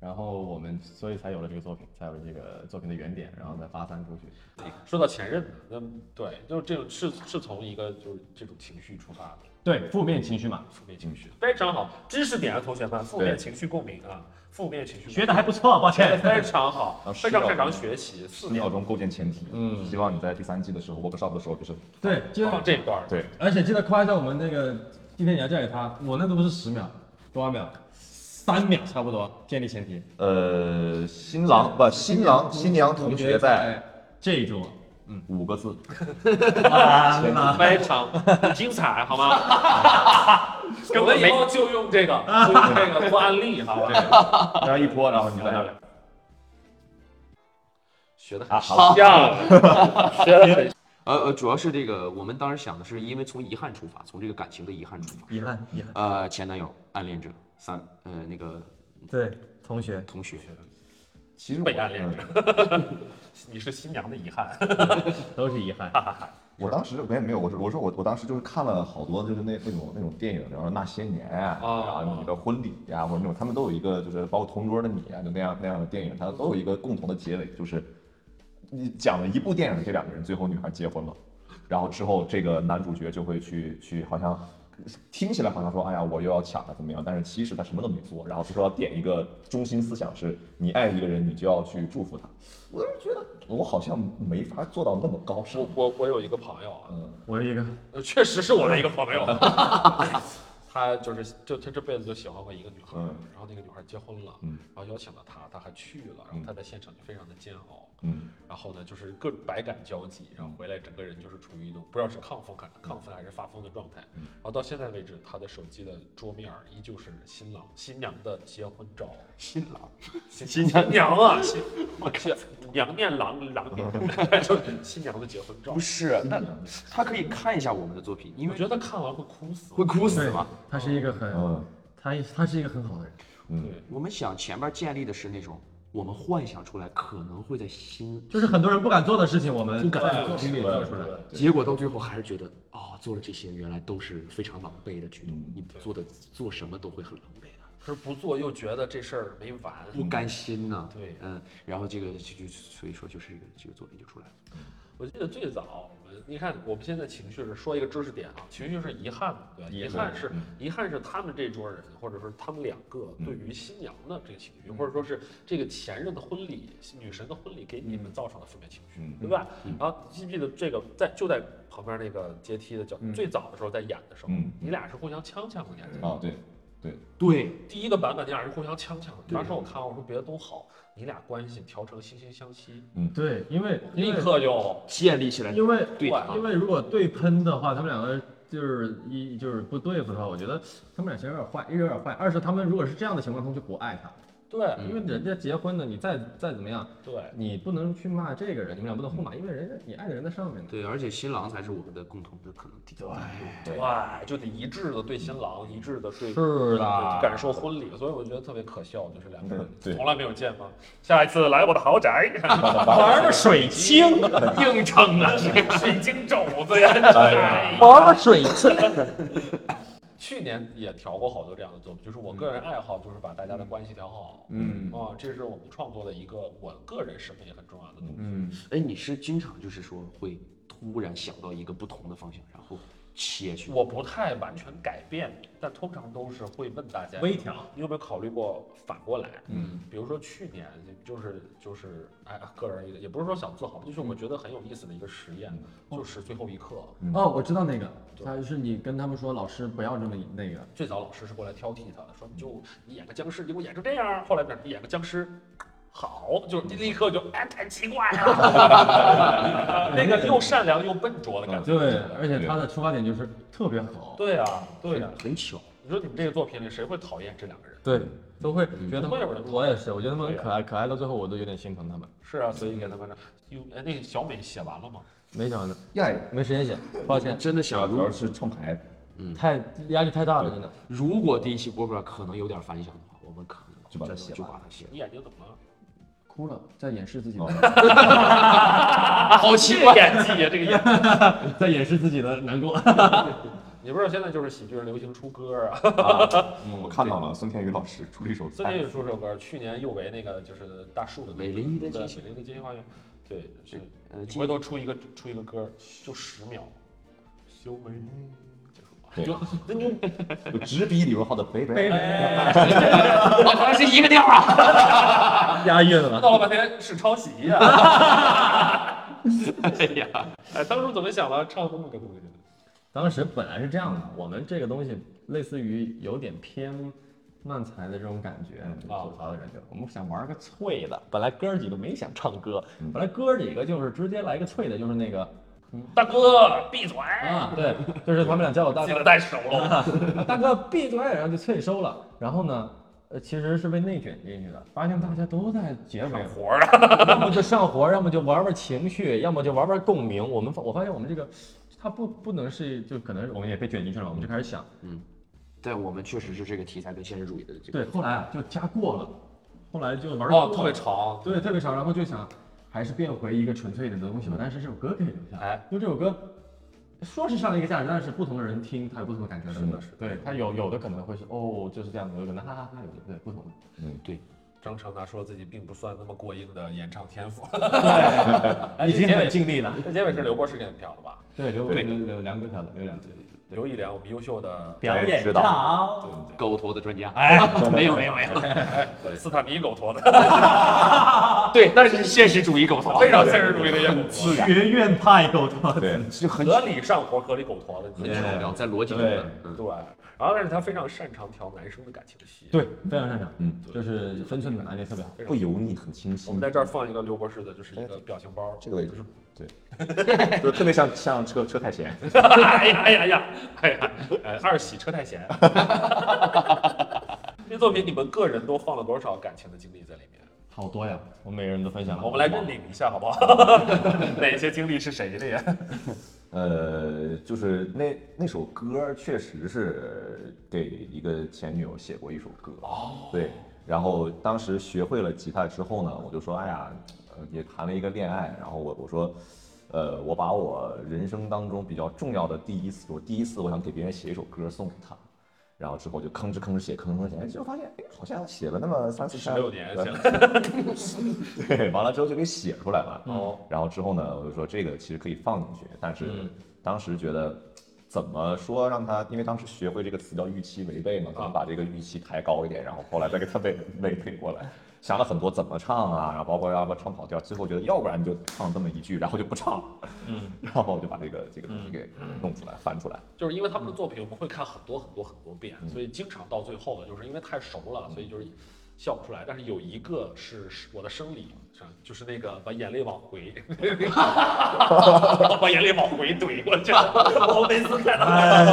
Speaker 2: 然后我们所以才有了这个作品，才有这个作品的原点，然后再发散出去。
Speaker 5: 他。说到前任呢，那么嗯对，就是这种是是从一个就是这种情绪出发的。
Speaker 2: 对，负面情绪嘛，
Speaker 5: 负面情绪，嗯非常好，知识点啊，同学们，负面情绪共鸣啊，负面情绪
Speaker 2: 学的还不错，抱
Speaker 5: 学的
Speaker 2: 歉。
Speaker 5: 非常好，
Speaker 4: 啊
Speaker 5: 非常擅长学习，四
Speaker 4: 十秒
Speaker 5: 秒
Speaker 4: 钟构建前提，
Speaker 2: 嗯
Speaker 4: 希望你在第三季的时候 workshop 的时候就是
Speaker 2: 对，记
Speaker 5: 放
Speaker 2: 得，
Speaker 5: 这段儿，
Speaker 4: 对，
Speaker 2: 而且记得夸一下我们那个今天你要嫁给他，我那都不是十秒，多少秒？三秒差不多，建立前提。
Speaker 4: 呃，新郎不，新郎新娘同学在
Speaker 2: 哎这一桌。
Speaker 4: 五个 字，啊
Speaker 5: 非常精彩，好吗？我们以后就用这个，就用这个做案例，好吧？
Speaker 4: 然后一泼，然后你 再
Speaker 5: 学的很
Speaker 4: 啊，好了，
Speaker 5: 像，学的很
Speaker 3: 呃呃，主要是这个，我们当时想的是，因为从遗憾出发，从这个感情的遗憾出发。
Speaker 2: 遗憾，遗憾。
Speaker 3: 呃，前男友、暗恋者、三呃那个
Speaker 2: 对，同学，
Speaker 3: 同学，
Speaker 4: 其实
Speaker 5: 被暗恋
Speaker 4: 我
Speaker 5: 着。你是新娘的遗憾，
Speaker 2: 都是遗憾。
Speaker 4: 我当时我也没有，我说我说我我当时就是看了好多就是那那种那种电影，然后那些年啊，
Speaker 5: 哦
Speaker 4: 然后你的婚礼呀、或者那种他们都有一个就是包括《同桌的你》啊，就那样那样的电影，它都有一个共同的结尾，就是你讲了一部电影，这两个人最后女孩结婚了，然后之后这个男主角就会去去好像。听起来好像说，哎呀，我又要抢他怎么样？但是其实他什么都没做，然后是说要点一个中心思想是，你爱一个人，你就要去祝福他。我是觉得我好像没法做到那么高尚
Speaker 5: 我。我我有一个朋友啊，
Speaker 2: 我有一个，
Speaker 5: 呃确实是我的一个朋友，他就是就他这辈子就喜欢过一个女孩儿，
Speaker 4: 嗯
Speaker 5: 然后那个女孩儿结婚了，
Speaker 4: 嗯
Speaker 5: 然后邀请了他，他还去了，然后
Speaker 4: 嗯
Speaker 5: 他在现场就非常的煎熬，
Speaker 4: 嗯，
Speaker 5: 然后呢就是各百感交集，然后回来整个人就是处于一种不知道是亢奋感、亢奋还是发疯的状态，然后到现在为止，他的手机的桌面儿依旧是新郎新娘的结婚照，
Speaker 3: 新郎
Speaker 5: 新娘娘啊，新 我去娘念郎郎念，就是新娘的结婚照
Speaker 3: 不。是，那他可以看一下我们的作品，因
Speaker 5: 我
Speaker 3: 为
Speaker 5: 觉得看完会哭死，
Speaker 3: 会哭死吗？
Speaker 10: 他是一个很，
Speaker 4: 嗯
Speaker 10: 他他是一个很好的人。
Speaker 3: 我们想前面建立的是那种我们幻想出来可能会在心，
Speaker 10: 就是很多人不敢做的事情，我们不
Speaker 2: 敢做
Speaker 10: 经历做出来。
Speaker 3: 结果到最后还是觉得哦，做了这些原来都是非常狼狈的举动，你做的做什么都会很狼狈的。
Speaker 5: 可是不做又觉得这事儿没完，
Speaker 3: 不甘心呐、
Speaker 5: 对
Speaker 3: 嗯，然后这个就就所以说就是一个这个作品就出来了。
Speaker 5: 我记得最早，我们你看我们现在情绪是说一个知识点啊，情绪是遗憾嘛，对吧？遗憾嗯是遗憾是他们这桌人，或者说他们两个对于新娘的这个情绪，或者说是这个前任的婚礼、女神的婚礼给你们造成的负面情绪，对吧？然后记不记得这个在就在旁边那个阶梯的角，最早的时候在演的时候
Speaker 4: 嗯，
Speaker 5: 你俩是互相呛呛的，你还记得吗
Speaker 4: 啊，对对，
Speaker 3: 对，
Speaker 5: 第一个版本，你俩人互相呛呛的。当时我看完，我说别的都好，你俩关系调成惺惺相惜，
Speaker 2: 对，因为
Speaker 5: 立刻就
Speaker 3: 建立起来，
Speaker 2: 因为
Speaker 3: 对
Speaker 2: 哇因为如果对喷的话，他们两个就是一就是不对付的话，我觉得他们俩其实有点坏，一是有点坏，二是他们如果是这样的情况，他们就不爱他。
Speaker 5: 对
Speaker 2: 因为人家结婚的，你再再怎么样，
Speaker 5: 对。
Speaker 2: 你不能去骂这个人，你们俩不能互骂，因为人家你爱的人在上面呢。
Speaker 3: 对，而且新郎才是我们的共同的可能敌。对，
Speaker 5: 对，就得一致的对新郎，一致的对
Speaker 2: 是的
Speaker 5: 对感受婚礼，所以我觉得特别可笑，就是两个人
Speaker 4: 对
Speaker 5: 从来没有见吗？下一次来我的豪宅玩个水晶，硬撑啊， 水晶肘子呀，哎呀
Speaker 2: 玩玩水
Speaker 5: 去年也调过好多这样的作品，就是我个人爱好就是把大家的关系调好，
Speaker 4: 嗯
Speaker 5: 啊，这是我们创作的一个我个人审美也很重要的东西。
Speaker 4: 嗯，
Speaker 3: 哎，你是经常就是说会突然想到一个不同的方向，然后切去。
Speaker 5: 我不太完全改变，但通常都是会问大家
Speaker 2: 微调。
Speaker 5: 你有没有考虑过反过来？嗯，比如说去年就是就是哎，个人一个也不是说想自豪，就是我觉得很有意思的一个实验，
Speaker 2: 嗯
Speaker 5: 就是最后一课，
Speaker 2: 哦，我知道那个，他就是你跟他们说，老师不要这么那个，
Speaker 5: 最早老师是过来挑剔他的，说你就你演个僵尸，你给我演成这样，后来变成你演个僵尸。好，就是立刻就哎，太奇怪了， 那个又善良又笨拙的感觉。
Speaker 2: 对，而且他的出发点就是特别好，
Speaker 5: 对啊，对啊，
Speaker 3: 很巧，
Speaker 5: 你说你们这个作品里谁会讨厌这两个人？
Speaker 2: 对，都会觉得
Speaker 5: 会有人
Speaker 2: 我也哎是，我觉得他们很可爱，可爱到最后我都有点心疼他们。
Speaker 5: 是啊，所以给他们有哎，那个小美写完了吗？
Speaker 2: 没想到，
Speaker 4: 呀，
Speaker 2: 没时间写，抱歉，
Speaker 3: 真的想
Speaker 4: 主
Speaker 3: 如
Speaker 4: 要是唱牌，
Speaker 2: 太压力太大了，真的。
Speaker 3: 如果第一期播出来可能有点反响的话，我们可能
Speaker 4: 就把它
Speaker 3: 真的
Speaker 4: 写
Speaker 3: 就
Speaker 4: 完
Speaker 3: 把它写
Speaker 5: 你眼睛怎么了？
Speaker 10: 哭了，在掩饰自
Speaker 4: 嗯
Speaker 2: 哦
Speaker 10: 己。
Speaker 5: 好奇怪，演技啊，这个 演技。
Speaker 2: 在掩饰自己的难过。
Speaker 5: 你不知道现在就是喜剧人流行出歌啊，
Speaker 4: 嗯我看到了孙天宇老师出了一首
Speaker 5: 孙
Speaker 4: 菜
Speaker 5: 天宇出首歌，去年又为那个就是大树的那个
Speaker 3: 美林的
Speaker 5: 对
Speaker 3: 街
Speaker 5: 美林的街心花园，对，是
Speaker 3: 呃
Speaker 5: 你
Speaker 3: 今
Speaker 5: 回头出一个出一个歌，就十秒，修眉结束吧。
Speaker 4: 就直逼李荣浩的《北北》。
Speaker 5: 哦
Speaker 3: 好像是一个调 啊。
Speaker 2: 押韵了。
Speaker 5: 闹了半天是抄袭 呀、啊！
Speaker 3: 哎呀，
Speaker 5: 哎，当初怎么想到唱这么个东西的？
Speaker 2: 当时本来是这样的，我们这个东西类似于有点偏慢才的这种感觉，吐槽的感觉。嗯啊我们想玩个脆的，本来哥儿几个没想唱歌，本来哥儿几个就是直接来个脆的，就是那个
Speaker 5: 大哥，闭嘴！
Speaker 2: 啊，对，就是他们俩叫我大
Speaker 5: 记
Speaker 2: 哥
Speaker 5: 得，带手 了。
Speaker 2: 啊大哥闭嘴，然后就催收了。然后呢，呃，其实是被内卷进去的，发现大家都在结尾
Speaker 5: 活儿啊，
Speaker 2: 要么就上活，要么就玩玩情绪，要么就玩玩共鸣。我们发我发现我们这个，它不不能是就可能我们也被卷进去了，我们就开始想，
Speaker 3: 但我们确实是这个题材跟现实主义的这
Speaker 2: 对，
Speaker 3: 个
Speaker 2: 后来啊就加过了，后来就玩
Speaker 5: 哦，
Speaker 2: 过
Speaker 5: 特别
Speaker 2: 了，
Speaker 5: 长，
Speaker 2: 对，特别长，然后就想还是变回一个纯粹一点的东西吧，但是这首歌可以留下，
Speaker 5: 哎，
Speaker 2: 就这首歌。说是上了一个价值，但是不同的人听，他有不同的感觉。是的，是对他有有的可能会是哦，就是这样子，有可能哈哈哈，有的对不同的。
Speaker 5: 张成达说自己并不算那么过硬的演唱天赋，
Speaker 2: 对，已经很尽力了。
Speaker 5: 这结尾是刘博士给你们挑的吧？
Speaker 2: 对，留留留梁哥条的，留梁哥
Speaker 5: 刘一良，我们优秀的
Speaker 2: 表演
Speaker 4: 指导
Speaker 3: 狗头的专家。哎，没有没有没有，
Speaker 5: 斯坦尼狗头的，
Speaker 3: 对，那是现实主义狗头。
Speaker 5: 非常现实主义的演技，
Speaker 2: 学院派狗头。
Speaker 4: 对，就很
Speaker 5: 合理上活，合理狗头的，
Speaker 3: 很巧妙，在逻辑
Speaker 2: 对
Speaker 3: 上，嗯，
Speaker 5: 对。然后，但是他非常擅长调男生的感情戏。，
Speaker 2: 对，非常擅长，嗯，就是分寸感拿捏特别好。
Speaker 4: 不油腻，很清晰
Speaker 5: 我。们在这儿放一个刘博士的，就是一个表情包。
Speaker 4: 这个位置，对， 就特别像像车车太贤，
Speaker 5: 哎呀哎呀呀，哎呀，哎二喜车太贤。 这作品你们个人都放了多少感情的经历在里面？
Speaker 2: 好多呀，我每个人都分享了。
Speaker 5: 我们来认领一下好不好？哪些经历是谁的呀？
Speaker 4: 呃，就是那那首歌儿确实是给一个前女友写过一首歌哦，对，然后当时学会了吉他之后呢，我就说，哎呀，呃也谈了一个恋爱，然后我我说，呃，我把我人生当中比较重要的第一次，我第一次我想给别人写一首歌送给他。然后之后就吭哧吭哧写，吭哧吭哧写，哎结果发现，哎，好像写了那么三呃四天，
Speaker 5: 16年写了
Speaker 4: 对，完了之后就给写出来了。哦，然后之后呢，我就说这个其实可以放进去，但是当时觉得怎么说让他，因为当时学会这个词叫预期违背嘛，可能把这个预期抬高一点，然后后来再给他违违背过来。想了很多怎么唱啊，然后包括要不要唱跑调，最后觉得要不然就唱这么一句，然后就不唱了，嗯，然后我就把这个这个东西给弄出来翻出来，
Speaker 5: 就是因为他们的作品我们会看很多很多很多遍，所以经常到最后呢，就是因为太熟了，所以就是笑不出来。但是有一个是是我的生理上，就是那个把眼泪往回， 然后把眼泪往回怼过去，我每次看到他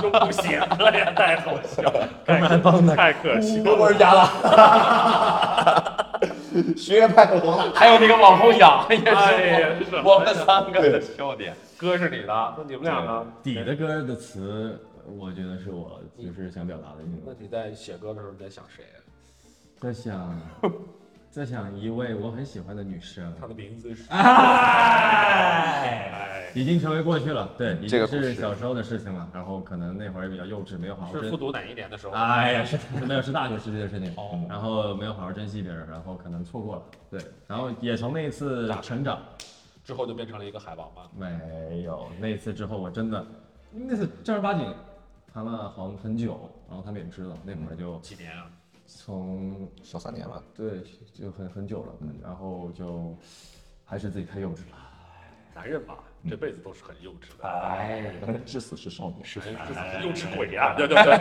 Speaker 5: 就不行了呀，太好笑了， 太可太可惜了。
Speaker 4: 回家了，学院派克了。
Speaker 5: 还有那个网红痒也
Speaker 3: 哎
Speaker 5: 是我我们三个
Speaker 4: 的
Speaker 5: 笑点。哥是你的，那你们俩呢？
Speaker 2: 底的歌的词，我觉得是我就是想表达的那
Speaker 5: 那
Speaker 2: 种，
Speaker 5: 你在写歌的时候你在想谁？
Speaker 2: 在想， 在想一位我很喜欢的女生，
Speaker 5: 他的名字是
Speaker 2: 哎，已经成为过去了，对，已
Speaker 4: 这个
Speaker 2: 经
Speaker 4: 故事
Speaker 2: 是小时候的事情了。然后可能那会儿也比较幼稚，没有好好
Speaker 5: 是
Speaker 2: 珍
Speaker 5: 复读哦哪一年的时候？
Speaker 2: 哎呀，是没有是大学时期的事情，嗯然后没有好好珍惜别人，然后可能错过了，对，然后也从那一次成长，
Speaker 5: 之后就变成了一个海王嘛。
Speaker 2: 没有那次之后，我真的那次正儿八经谈了好像很久，然后他们也知道，那会儿就
Speaker 5: 几年啊？
Speaker 2: 从
Speaker 4: 小三年了，
Speaker 2: 对就很很久了，然后就还是自己太幼稚了。
Speaker 5: 男人吧，这辈子都是很幼稚的，
Speaker 4: 哎，至死是少年，是
Speaker 5: 哎这怎么幼稚鬼呀、对对对。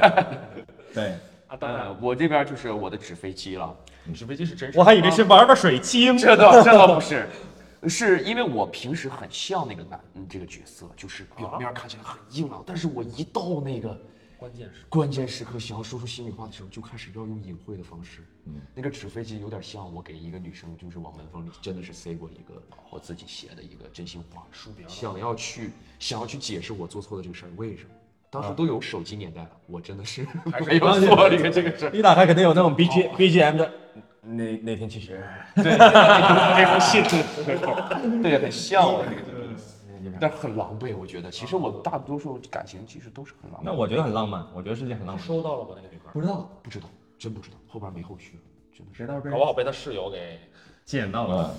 Speaker 2: 对，
Speaker 5: 啊，当然，
Speaker 3: 我这边就是我的纸飞机了，
Speaker 5: 纸飞机是真实。
Speaker 2: 我还以为是玩玩水晶，
Speaker 3: 这倒这倒不是，是因为我平时很像那个男、嗯、这个角色，就是表面看起来很硬朗，但是我一到那个
Speaker 5: 关键是
Speaker 3: 关键时刻想要说出心里话的时候，就开始要用隐晦的方式。嗯，那个纸飞机有点像我给一个女生，就是往门缝里真的是塞过一个我自己写的一个真心话，
Speaker 5: 啊
Speaker 3: 想要去想要去解释我做错的这个事儿为什么。
Speaker 5: 啊
Speaker 3: 当时都有手机年代了，我真的是 没有做这个这个事儿。
Speaker 2: 一打开肯定有那种 B G B G M 的。哦那那天其实
Speaker 3: 这封信， 对，很像我这个，但是很狼狈。我觉得，其实我大多数感情其实都是很狼狈。
Speaker 2: 那我觉得很浪漫，我觉得是件很浪漫。
Speaker 5: 收到了吗？那个女孩，
Speaker 10: 不知道
Speaker 3: 不知道，真不知道，后边没后续了，真的是。
Speaker 10: 谁到时候被
Speaker 5: 搞不好被他室友 给
Speaker 2: 捡到了，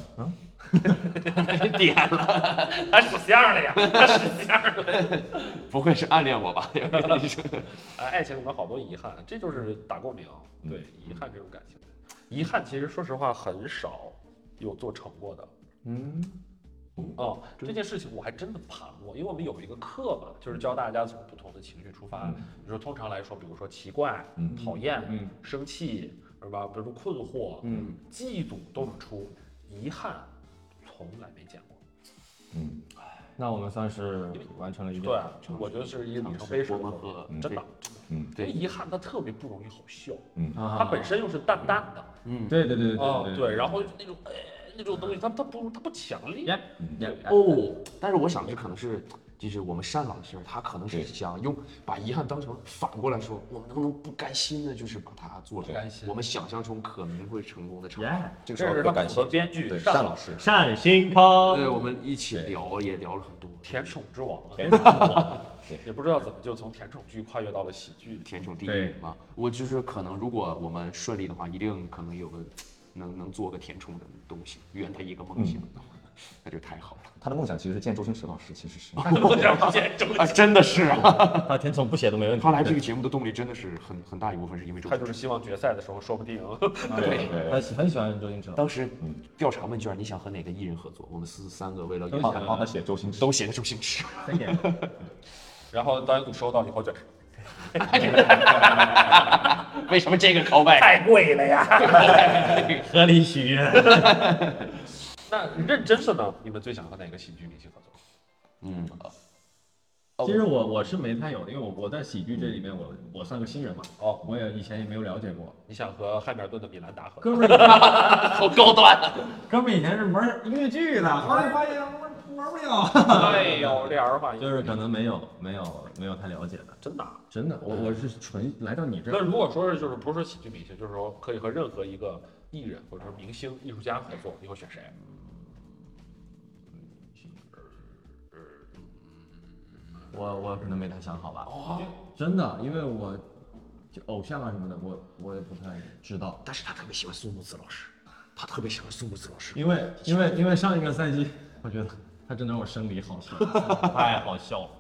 Speaker 5: 点了，他属相的呀，他属相的。
Speaker 3: 不会是暗恋我吧？
Speaker 5: 哎，爱情里面好多遗憾，这就是打过鸣。
Speaker 4: 嗯
Speaker 5: 对，遗憾这种感情，遗憾其实说实话很少有做成过的。嗯，哦，这件事情我还真的盘过，因为我们有一个课嘛，就是教大家从不同的情绪出发。比如说，通常来说，比如说奇怪、讨厌、生气，是吧？比如说困惑、嗯、嫉妒都能出，遗憾从来没见过。
Speaker 4: 嗯
Speaker 2: 那我们算是完成了一个。
Speaker 5: 对，啊我觉得是一个里程碑式的
Speaker 3: 我们
Speaker 5: 作
Speaker 3: 和
Speaker 5: 品，真的。
Speaker 4: 嗯
Speaker 5: 因为遗憾它特别不容易好笑，
Speaker 2: 啊嗯
Speaker 5: 它本身又是淡淡的，
Speaker 2: 对对对对
Speaker 5: 哦，
Speaker 2: 对
Speaker 5: 对，然后就是那种哎那种东西，它它不它不强烈，
Speaker 4: 哎
Speaker 2: 耶耶
Speaker 3: 哦，但是我想这可能是。就是我们善良的心儿，他可能是想用把遗憾当成反过来说，我们能不能不甘心的，就是把它做成
Speaker 2: 甘心
Speaker 3: 我们想象中可能会成功的场景。
Speaker 2: 耶！
Speaker 4: 这个
Speaker 5: 这
Speaker 4: 时
Speaker 5: 是
Speaker 4: 候
Speaker 5: 他
Speaker 4: 感
Speaker 5: 们和
Speaker 4: 谢
Speaker 5: 编剧
Speaker 4: 对
Speaker 5: 上
Speaker 4: 单老师，
Speaker 2: 单星康，
Speaker 3: 对，我们一起聊也聊了很多，
Speaker 5: 甜宠之王啊，
Speaker 2: 甜宠之王
Speaker 5: 也不知道怎么就从甜宠剧跨越到了喜剧，
Speaker 3: 甜宠第一
Speaker 2: 对
Speaker 3: 名嘛。我就是可能，如果我们顺利的话，一定可能有个能能做个甜宠的东西，圆他一个梦想， 那就太好了
Speaker 4: 他的梦想其实是见周星驰老师，其实是
Speaker 3: 啊！真的是啊，
Speaker 2: 他甜宠不写都没问题
Speaker 3: 他。来这个节目的动力真的是很很大一部分是因为周
Speaker 5: 他
Speaker 3: 星
Speaker 5: 就
Speaker 3: 驰。
Speaker 5: 是希望决赛的时候说不定
Speaker 4: 对
Speaker 2: 他喜很喜欢周星驰，
Speaker 3: 当时调查问卷，你想和哪个艺人合作？我们四十三个为了
Speaker 2: 都
Speaker 3: 圆
Speaker 2: 想
Speaker 4: 帮帮他写周星驰，
Speaker 3: 都写的周星驰，
Speaker 2: 真演
Speaker 5: 然后导演组收到以后就
Speaker 3: 为什么这个 callback 太贵了呀？
Speaker 2: 合理许愿。
Speaker 5: 那认真的呢？你们最想和哪个喜剧明星合作？
Speaker 3: 嗯，
Speaker 2: 其实我我是没太有的，因为我我在喜剧这里面我我算个新人嘛，哦，我也以前也没有了解过。
Speaker 5: 你想和汉密尔顿的米兰达合作？
Speaker 2: 哥们儿，
Speaker 3: 好高端啊！
Speaker 2: 哥们儿以前是玩音乐剧的，后来发现玩玩不了。
Speaker 5: 哎呦，俩人吧，
Speaker 2: 就是可能没有没有没有太了解的，
Speaker 5: 真的啊。
Speaker 2: 真的，我我是纯来到你这
Speaker 5: 那
Speaker 2: 儿，
Speaker 5: 如果说是就是不是喜剧明星，就是说可以和任何一个艺人或者说明星、艺术家合作，你会选谁？
Speaker 2: 我我可能没太想好吧。真的，因为我就偶像啊什么的，我我也不太知道。
Speaker 3: 但是他特别喜欢苏木子老师，他特别喜欢苏木子老师。
Speaker 2: 因为因为因为上一个赛季，我觉得他真的让我生理好笑，太好笑了。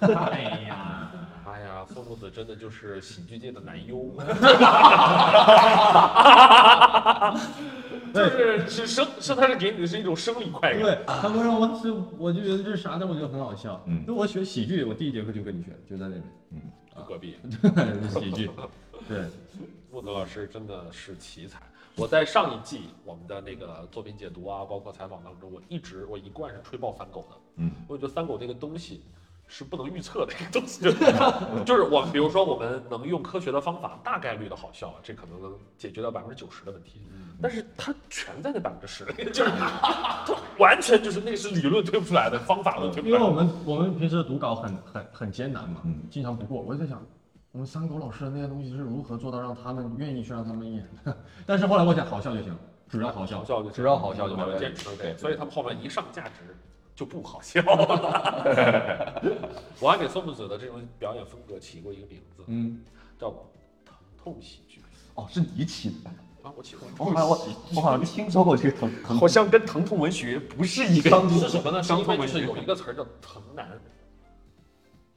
Speaker 2: 哎呀，
Speaker 5: 哎呀，宋木子真的就是喜剧界的男优，就是是生是他是给你的是一种生理快感。
Speaker 2: 对，他会让我是，我就觉得这是啥，但我觉得很好笑。嗯，就我学喜剧，我第一节课就跟你学，就在那
Speaker 5: 就隔壁，
Speaker 2: 边 喜剧。对，
Speaker 5: 木子老师真的是奇才。我在上一季我们的那个作品解读啊，包括采访当中，我一直我一贯是吹爆三狗的。
Speaker 4: 嗯，
Speaker 5: 我觉得三狗这个东西是不能预测的一个东西，就是 就是我们比如说我们能用科学的方法大概率的好笑，啊这可能能解决到百分之九十的问题，但是它全在那百分之十里，就是 它完全就是那是理论推不出来的，方法论推不
Speaker 2: 因
Speaker 5: 出
Speaker 2: 为
Speaker 5: 来
Speaker 2: 我
Speaker 5: 的。
Speaker 2: 们我们平时的读稿很很很艰难嘛，经常不过。我就在想，我们三狗老师的那些东西是如何做到让他们愿意去让他们演的？ 但是后来我想，好笑就行，只要好笑，
Speaker 5: 好笑就行
Speaker 2: 只要好笑就
Speaker 5: 他
Speaker 2: 没问
Speaker 5: 们坚
Speaker 2: 题。
Speaker 5: 持对，所以他们后面一上价值就不好 笑。我还给宋木子的这种表演风格起过一个名字，
Speaker 2: 嗯，
Speaker 5: 叫疼痛喜剧
Speaker 4: 哦，是你起的。
Speaker 5: 啊，我起过。
Speaker 2: 哦
Speaker 4: 我好像我我 好像听说过这个疼疼
Speaker 3: 好像跟疼痛文学不是一个。
Speaker 5: 是什 么呢？是
Speaker 3: 伤
Speaker 5: 因
Speaker 3: 痛
Speaker 5: 为就
Speaker 3: 文
Speaker 5: 是
Speaker 3: 学
Speaker 5: 有一个词儿叫“疼男”，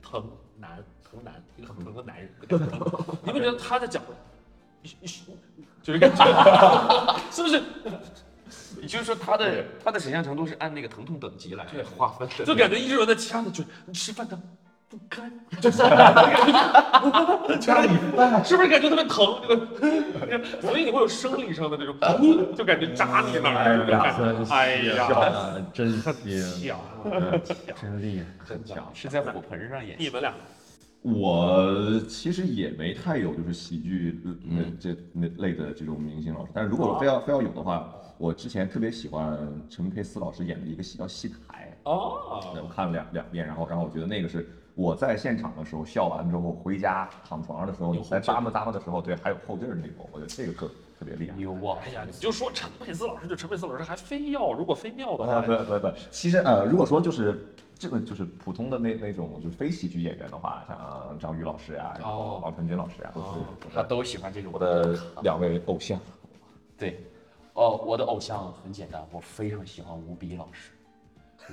Speaker 5: 疼男，疼男，一个很疼 的男人。你们觉得他在讲，
Speaker 3: 就是感 觉，是不是？也 就是说，他的他的想象程度是按那个疼痛等级来划分的，
Speaker 5: 就感觉一直有人在掐你嘴，你吃饭的不干，就是，是不是感觉特别疼？这个， 所以你会有生理上的那种， 就感觉扎你哪儿，就感
Speaker 2: 嗯
Speaker 5: 觉哎呀，
Speaker 2: 啊，真行，
Speaker 5: 强，
Speaker 2: 真厉害。
Speaker 5: 真强！
Speaker 3: 是在火盆上演。
Speaker 5: 你们俩
Speaker 4: 我其实也没太有就是喜剧呃这那类的这种明星老师，但是如果我非要非要有的话，我之前特别喜欢陈佩斯老师演的一个戏叫《戏台》，
Speaker 5: 哦，
Speaker 4: 我看了两两遍，然后然后我觉得那个是我在现场的时候笑完之后回家躺床上的时候，你再咂摸咂摸的时候，对，还有后劲儿那种，我觉得这个特特别厉害。
Speaker 3: 牛啊！
Speaker 5: 哎呀，你就说陈佩斯老师，就陈佩斯老师还非要，如果非要的
Speaker 4: 不
Speaker 5: 话，
Speaker 4: 呃不不不，其实呃，如果说就是这个就是普通的那那种就是非喜剧演员的话，像张宇老师呀、然后王传君老师呀、都是
Speaker 3: 他都喜欢这种
Speaker 4: 我的两位偶像。
Speaker 3: 对，哦，我的偶像很简单，我非常喜欢吴比老师，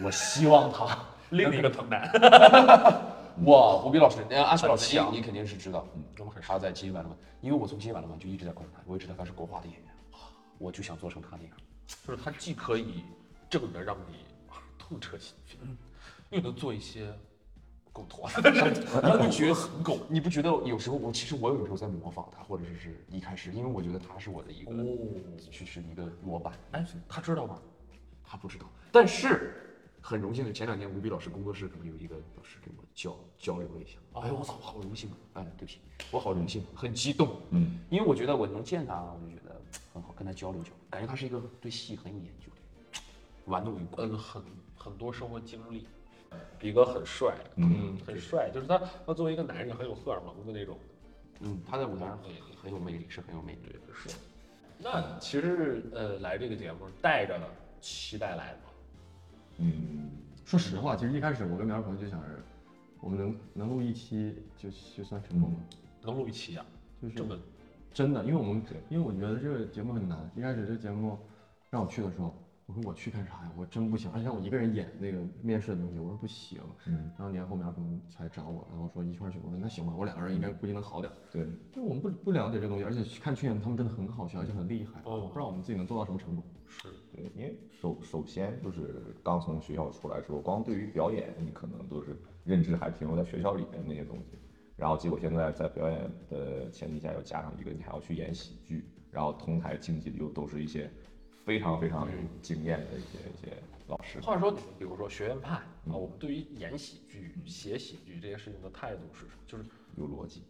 Speaker 3: 我希望他
Speaker 5: 另一个疼男。
Speaker 3: 哇，胡斌老师，那安雪老师
Speaker 5: 强
Speaker 3: 你肯定是知道，嗯，他在今晚的晚，因为我从今晚的晚就一直在关注他，我也知道他是国画的演员，我就想做成他那样。
Speaker 5: 就是它既可以正着让你啊痛彻心扉，又能做一些狗驼的事情，
Speaker 3: 你不觉得很狗？你不觉得有时候我其实我有时候在模仿他，或者是一开始，因为我觉得他是我的一个，就是一个模板。
Speaker 5: 哎，他知道吗？
Speaker 3: 他不知道，但是很荣幸的，前两天吴比老师工作室可能有一个老师跟我交交流了一下，哎呦我操，我好荣幸啊！哎，对不起，我好荣幸，啊很激动，嗯，因为我觉得我能见他，我就觉得很好，跟他交流交流，感觉他是一个对戏很有研究的，玩弄于股。
Speaker 5: 嗯，很很多生活经历。比哥很帅，嗯，很帅，就是他，他作为一个男人很有荷尔蒙的那种。
Speaker 3: 嗯，他在舞台上很很有魅力，是很有魅力的。
Speaker 5: 是。那其实呃，来这个节目带着期待来的嘛，
Speaker 4: 嗯，
Speaker 2: 说实话，其实一开始我跟苗鹏就想着，我们能能录一期就就算成功了，
Speaker 5: 能录一期啊，
Speaker 2: 就是
Speaker 5: 这么
Speaker 2: 真的，因为我们因为我觉得这个节目很难。一开始这节目让我去的时候，我说我去干啥呀？我真不行，而且让我一个人演那个面试的东西，我说不行。
Speaker 4: 嗯，
Speaker 2: 然后年后苗鹏才找我，然后说一块儿去。我说那行吧，我两个人应该估计能好点儿。
Speaker 4: 对，
Speaker 2: 因为我们不不了解这个东西，而且看去年他们真的很好笑，而且很厉害，
Speaker 5: 哦
Speaker 2: 我不知道我们自己能做到什么程度。
Speaker 4: 对，因为首首先就是刚从学校出来的时候，光对于表演，你可能都是认知还停留在学校里面那些东西，然后结果现在在表演的前提下，又加上一个你还要去演喜剧，然后同台竞技的又都是一些非常非常有经验的一些一些老师。
Speaker 5: 话说，比如说学院派啊，
Speaker 2: 嗯
Speaker 5: 我们对于演喜剧、写喜剧这些事情的态度是什么？就是
Speaker 4: 有逻辑，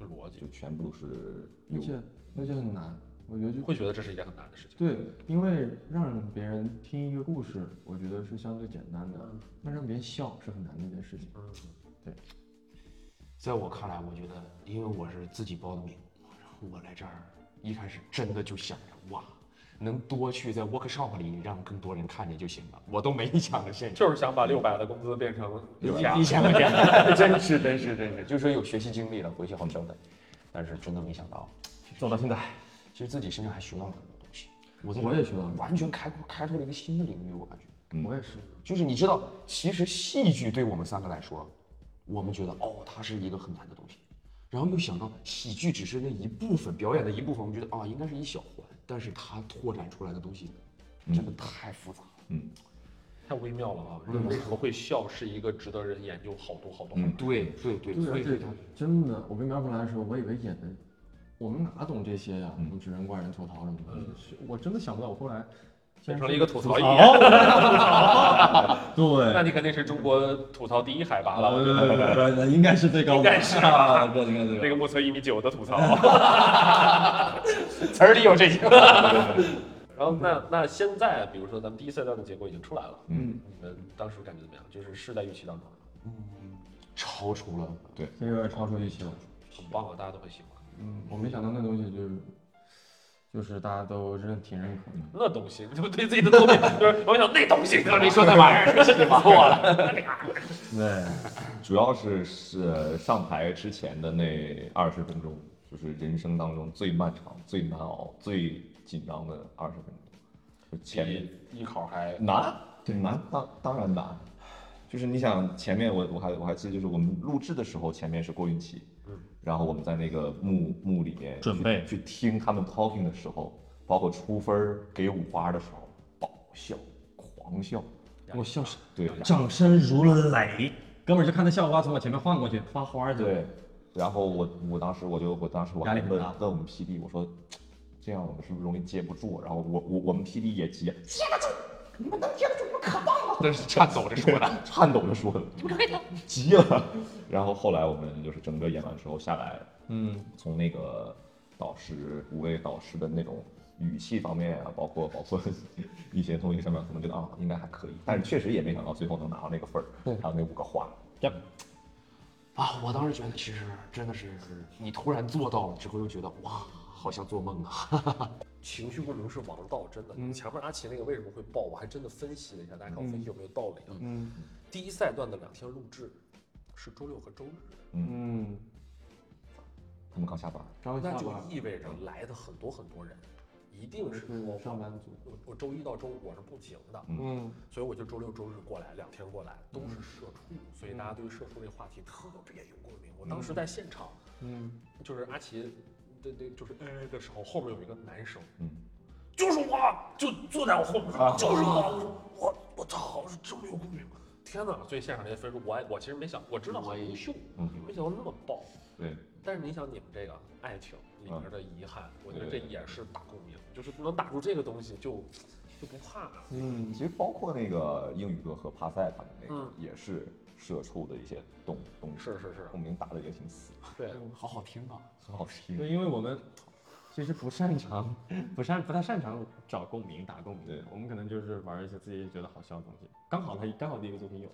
Speaker 5: 逻辑
Speaker 4: 就。全部都是
Speaker 2: 而
Speaker 4: 有
Speaker 2: 且而且很难，
Speaker 10: 我觉得就
Speaker 5: 会觉得这是一件很难的事情。
Speaker 10: 对，因为让别人听一个故事，我觉得是相对简单的，那让别人笑是很难的一件事情。
Speaker 3: 在我看来，我觉得，因为我是自己报的名，然后我来这儿，一开始真的就想着，哇，能多去在 workshop 里让更多人看见就行了，我都没想着现
Speaker 1: 就是想把六百的工资变成一千
Speaker 3: 一。千块钱， 真是真是真是，就说有学习经历了，回去好调整。但是真的没想到，
Speaker 2: 走到现在，
Speaker 3: 其实自己身上还学到了很多东西。我在
Speaker 10: 我也学到了
Speaker 3: 完全开阔开拓了一个新的领域，我感觉。
Speaker 10: 我也是，
Speaker 3: 就是你知道，其实戏剧对我们三个来说，我们觉得哦，它是一个很难的东西，然后又想到喜剧只是那一部分表演的一部分，我们觉得啊、应该是一小环，但是它拓展出来的东西真的太复杂了。
Speaker 5: 太微妙了啊！
Speaker 2: 嗯
Speaker 5: 人为什么会笑是一个值得人研究好多好多好多。
Speaker 3: 对对对，
Speaker 10: 对，
Speaker 3: 所以
Speaker 10: 而且
Speaker 3: 它
Speaker 10: 真的，我跟苗圃来的时候，我以为演的，我们哪懂这些呀、什么指人怪人吐槽什么的，
Speaker 2: 是我真的想不到，我后来
Speaker 5: 变成了一个吐槽艺人， 那
Speaker 2: 哦对，
Speaker 5: 你肯定是中国吐槽第一海拔了。
Speaker 2: 呃，应该是最高，应该是啊，对，应该是
Speaker 1: 那个。木村一米九的吐 槽，
Speaker 3: 词儿里有这些。
Speaker 5: 然后那那现在，啊比如说咱们第一赛段的结果已经出来了，嗯，你们当时感觉怎么样？就是是在预期当中，
Speaker 3: 超出了，
Speaker 10: 这有点超出预期了。
Speaker 5: 很棒啊，大家都很喜欢。
Speaker 10: 嗯，我没想到那东西就是，就是大家都认挺认可的。
Speaker 5: 那东西，就对自己的作品，就是我想那东西，
Speaker 3: 刚才说那玩意儿， 是你我了。
Speaker 10: 对，
Speaker 4: 主要是是上台之前的那二十分钟，就是人生当中最漫长、最难熬、最紧张的二十分钟。就前
Speaker 3: 哎
Speaker 4: 面
Speaker 5: 艺考还
Speaker 4: 难，对难，当当然难。就是你想前面我我还我还记得，就是我们录制的时候，前面是郭云奇，然后我们在那个幕幕里面
Speaker 2: 准
Speaker 4: 去
Speaker 2: 备
Speaker 4: 去听他们 talking 的时候，包括出分儿给五花的时候，爆笑，狂笑，
Speaker 10: 我笑死。
Speaker 4: 对，
Speaker 2: 掌声如雷，哥们儿就看他校花从我前面晃过去，发花
Speaker 3: 嗯
Speaker 2: 去了。
Speaker 4: 对，然后我我当时我就我当时我
Speaker 2: 压
Speaker 4: 还
Speaker 2: 力很
Speaker 4: 问
Speaker 2: 大
Speaker 4: 问我们 PD，我说这样我们是不是容易接不住？然后我我我们 PD 也急，接
Speaker 3: 那是颤抖着说的，
Speaker 4: 颤抖着说的，急了。 然后后来我们就是整个演完之后下来，嗯，从那个导师五位导师的那种。语气方面啊，包括包括 一些东西上面，可能觉得啊应该还可以，但是确实也没想到最后能拿到那个分儿，还有那五个花，嗯
Speaker 3: 啊，我当时觉得其实真的是你突然做到了之后，又觉得哇，好像做梦啊。 嗯
Speaker 5: 情绪不能是王道，真的。前面阿奇那个为什么会爆，我还真的分析了一下，大家看我分析有没有道理啊？
Speaker 10: 嗯
Speaker 5: 第一赛段的两天录制是周六和周日，
Speaker 10: 嗯，
Speaker 4: 他们刚下班，
Speaker 10: 刚下
Speaker 5: 那就
Speaker 10: 班，
Speaker 2: 嗯
Speaker 5: 意味着来的很多很多人，一定是说
Speaker 2: 嗯
Speaker 10: 是上班族。
Speaker 5: 我我周一到周五我是不行的，
Speaker 10: 嗯，
Speaker 5: 所以我就周六周日过来，两天过来都是社畜，所以大家对于社畜这个话题特别有共鸣。我当时在现场，
Speaker 10: 嗯，
Speaker 5: 就是阿奇，对对，就是呃的时候，后面有一个男生，
Speaker 4: 嗯，
Speaker 5: 就是我，就坐在我后面，就是我，我说我我操，我说这么有共鸣。天哪！所以现场这些分数，我也我其实没想，我知道很优秀，没想到那么爆。
Speaker 4: 对，
Speaker 5: 但是你想，你们这个爱情里面的遗憾，
Speaker 2: 嗯
Speaker 5: 我觉得这
Speaker 4: 对
Speaker 5: 也是打共鸣，就是能打住这个东西就就不怕了。
Speaker 4: 其实包括那个英语歌和帕赛他们那个
Speaker 5: 嗯
Speaker 4: 也是社畜的一些动东西，
Speaker 5: 是是是
Speaker 4: 共鸣打的也挺死，
Speaker 5: 对，
Speaker 3: 好好听啊！
Speaker 4: 很好听。
Speaker 2: 对，因为我们其实不擅长， 不擅不太擅长找共鸣、打共鸣
Speaker 4: 对。
Speaker 2: 我们可能就是玩一些自己觉得好笑的东西。刚好他刚好第一个作品有，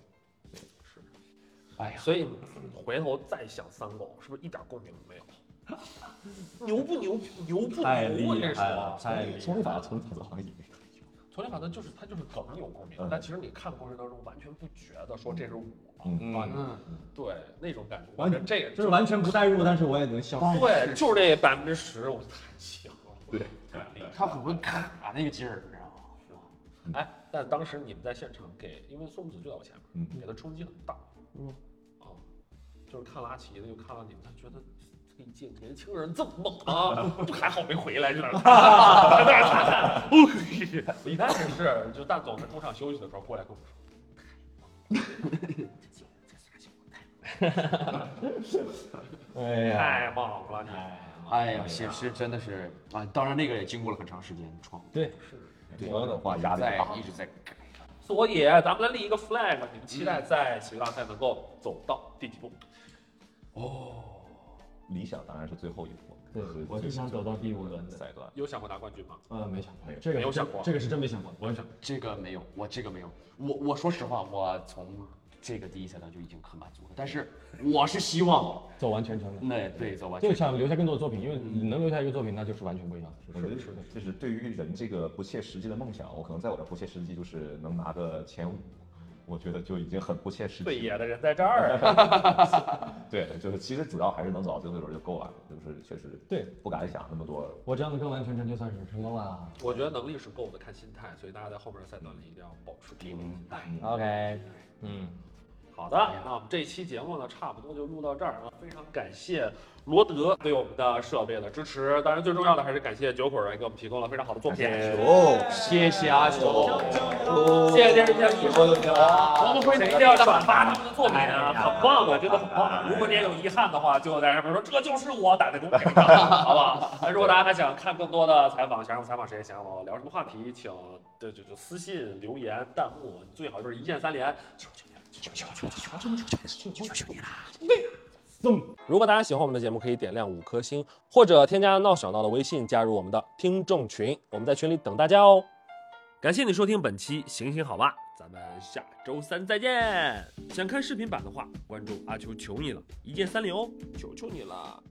Speaker 3: 哎呀，
Speaker 5: 所以回头再想三狗，是不是一点共鸣都没有？ 牛不牛？牛不牛啊？这说，
Speaker 2: 太厉
Speaker 4: 从立法
Speaker 2: 害了！
Speaker 4: 从立法行业，
Speaker 5: 丛林法则就是它就是梗有共鸣，
Speaker 4: 嗯
Speaker 5: 但其实你看的过程当中完全不觉得说这是我，
Speaker 4: 嗯，
Speaker 3: 嗯，
Speaker 5: 对那种感觉，我
Speaker 2: 完
Speaker 5: 觉
Speaker 2: 全
Speaker 5: 得这个
Speaker 2: 就是完全不代入，但是我也能笑。
Speaker 5: 对，就是这百分之十，我太强了，对，太厉害了。
Speaker 3: 他很会卡那个劲儿，你知道吗？
Speaker 5: 哎，但当时你们在现场给，因为宋子就在我前
Speaker 4: 嗯
Speaker 5: 面，给他冲击很大。嗯，啊，就是看了阿奇的，又看了你们，他觉得这一届年轻人这么猛 啊，还好没回来，这哪儿在那儿惨惨。哎李诞也是，就大总在中场休息的时候过来跟我说，
Speaker 2: 哎呀，
Speaker 5: 太猛了你。
Speaker 3: 哎呀，是是，真的是啊！当然，那个也经过了很长时间的创
Speaker 2: 对，
Speaker 4: 对，我的话压力
Speaker 3: 在
Speaker 4: 大，
Speaker 3: 一直在改。
Speaker 5: 所以咱们来立一个 flag，你们期待在新浪赛能够走到第几步？
Speaker 4: 理想当然是最后一步，
Speaker 2: 对
Speaker 4: 是，
Speaker 2: 我
Speaker 4: 最
Speaker 2: 是想走到第五轮的。
Speaker 4: 赛段。
Speaker 5: 有想过拿冠军吗？
Speaker 2: 呃，没想过，这个
Speaker 5: 没有
Speaker 2: 是真
Speaker 5: 想过
Speaker 2: 这个是真没想过，我也想过。
Speaker 3: 这个没有，我这个没有。我我说实话，我从这个第一赛段就已经很满足了，但是我是希望
Speaker 2: 走完全程的，
Speaker 3: 那对走完
Speaker 2: 就想留下更多的作品，因为你能留下一个作品，那就是完全不一样的。
Speaker 4: 我觉得就是对于人这个不切实际的梦想，我可能在我的不切实际就是能拿个前五，我觉得就已经很不切实际。
Speaker 1: 最
Speaker 4: 了。
Speaker 1: 野的人在这儿啊，
Speaker 4: 对，就是其实主要还是能走到最后一轮就够了，就是确实
Speaker 2: 对
Speaker 4: 不敢想那么多。
Speaker 2: 我这样的更完全程就算是成功了。
Speaker 5: 我觉得能力是够的，看心态，所以大家在后面的赛段里一定要保持平衡心态。
Speaker 2: OK，嗯，
Speaker 5: 好的，那我们这一期节目呢，差不多就录到这儿啊。非常感谢罗德对我们的设备的支持，当然最重要的还是感谢九口人给我们提供了非常好的作品。
Speaker 4: 哦，
Speaker 3: 谢谢阿球，
Speaker 5: 谢谢电视剧组，我们回去一定要转发他们的作品啊，很棒啊，真的很棒。如果你也有遗憾的话，就在上面说这就是我打的公屏上， 好不好？那如果大家还想看更多的采访，想让我采访谁，想让我聊什么话题，请就就就私信留言弹幕，最好就是一键三连。求求你了，求求你了，求求你了。嗯如果大家喜欢我们的节目，可以点亮五颗星，或者添加闹小闹的微信，加入我们的听众群，我们在群里等大家哦。感谢你收听本期《行行好吧》，咱们下周三再见。想看视频版的话，关注阿秋求你了，一键三连哦，求求你了。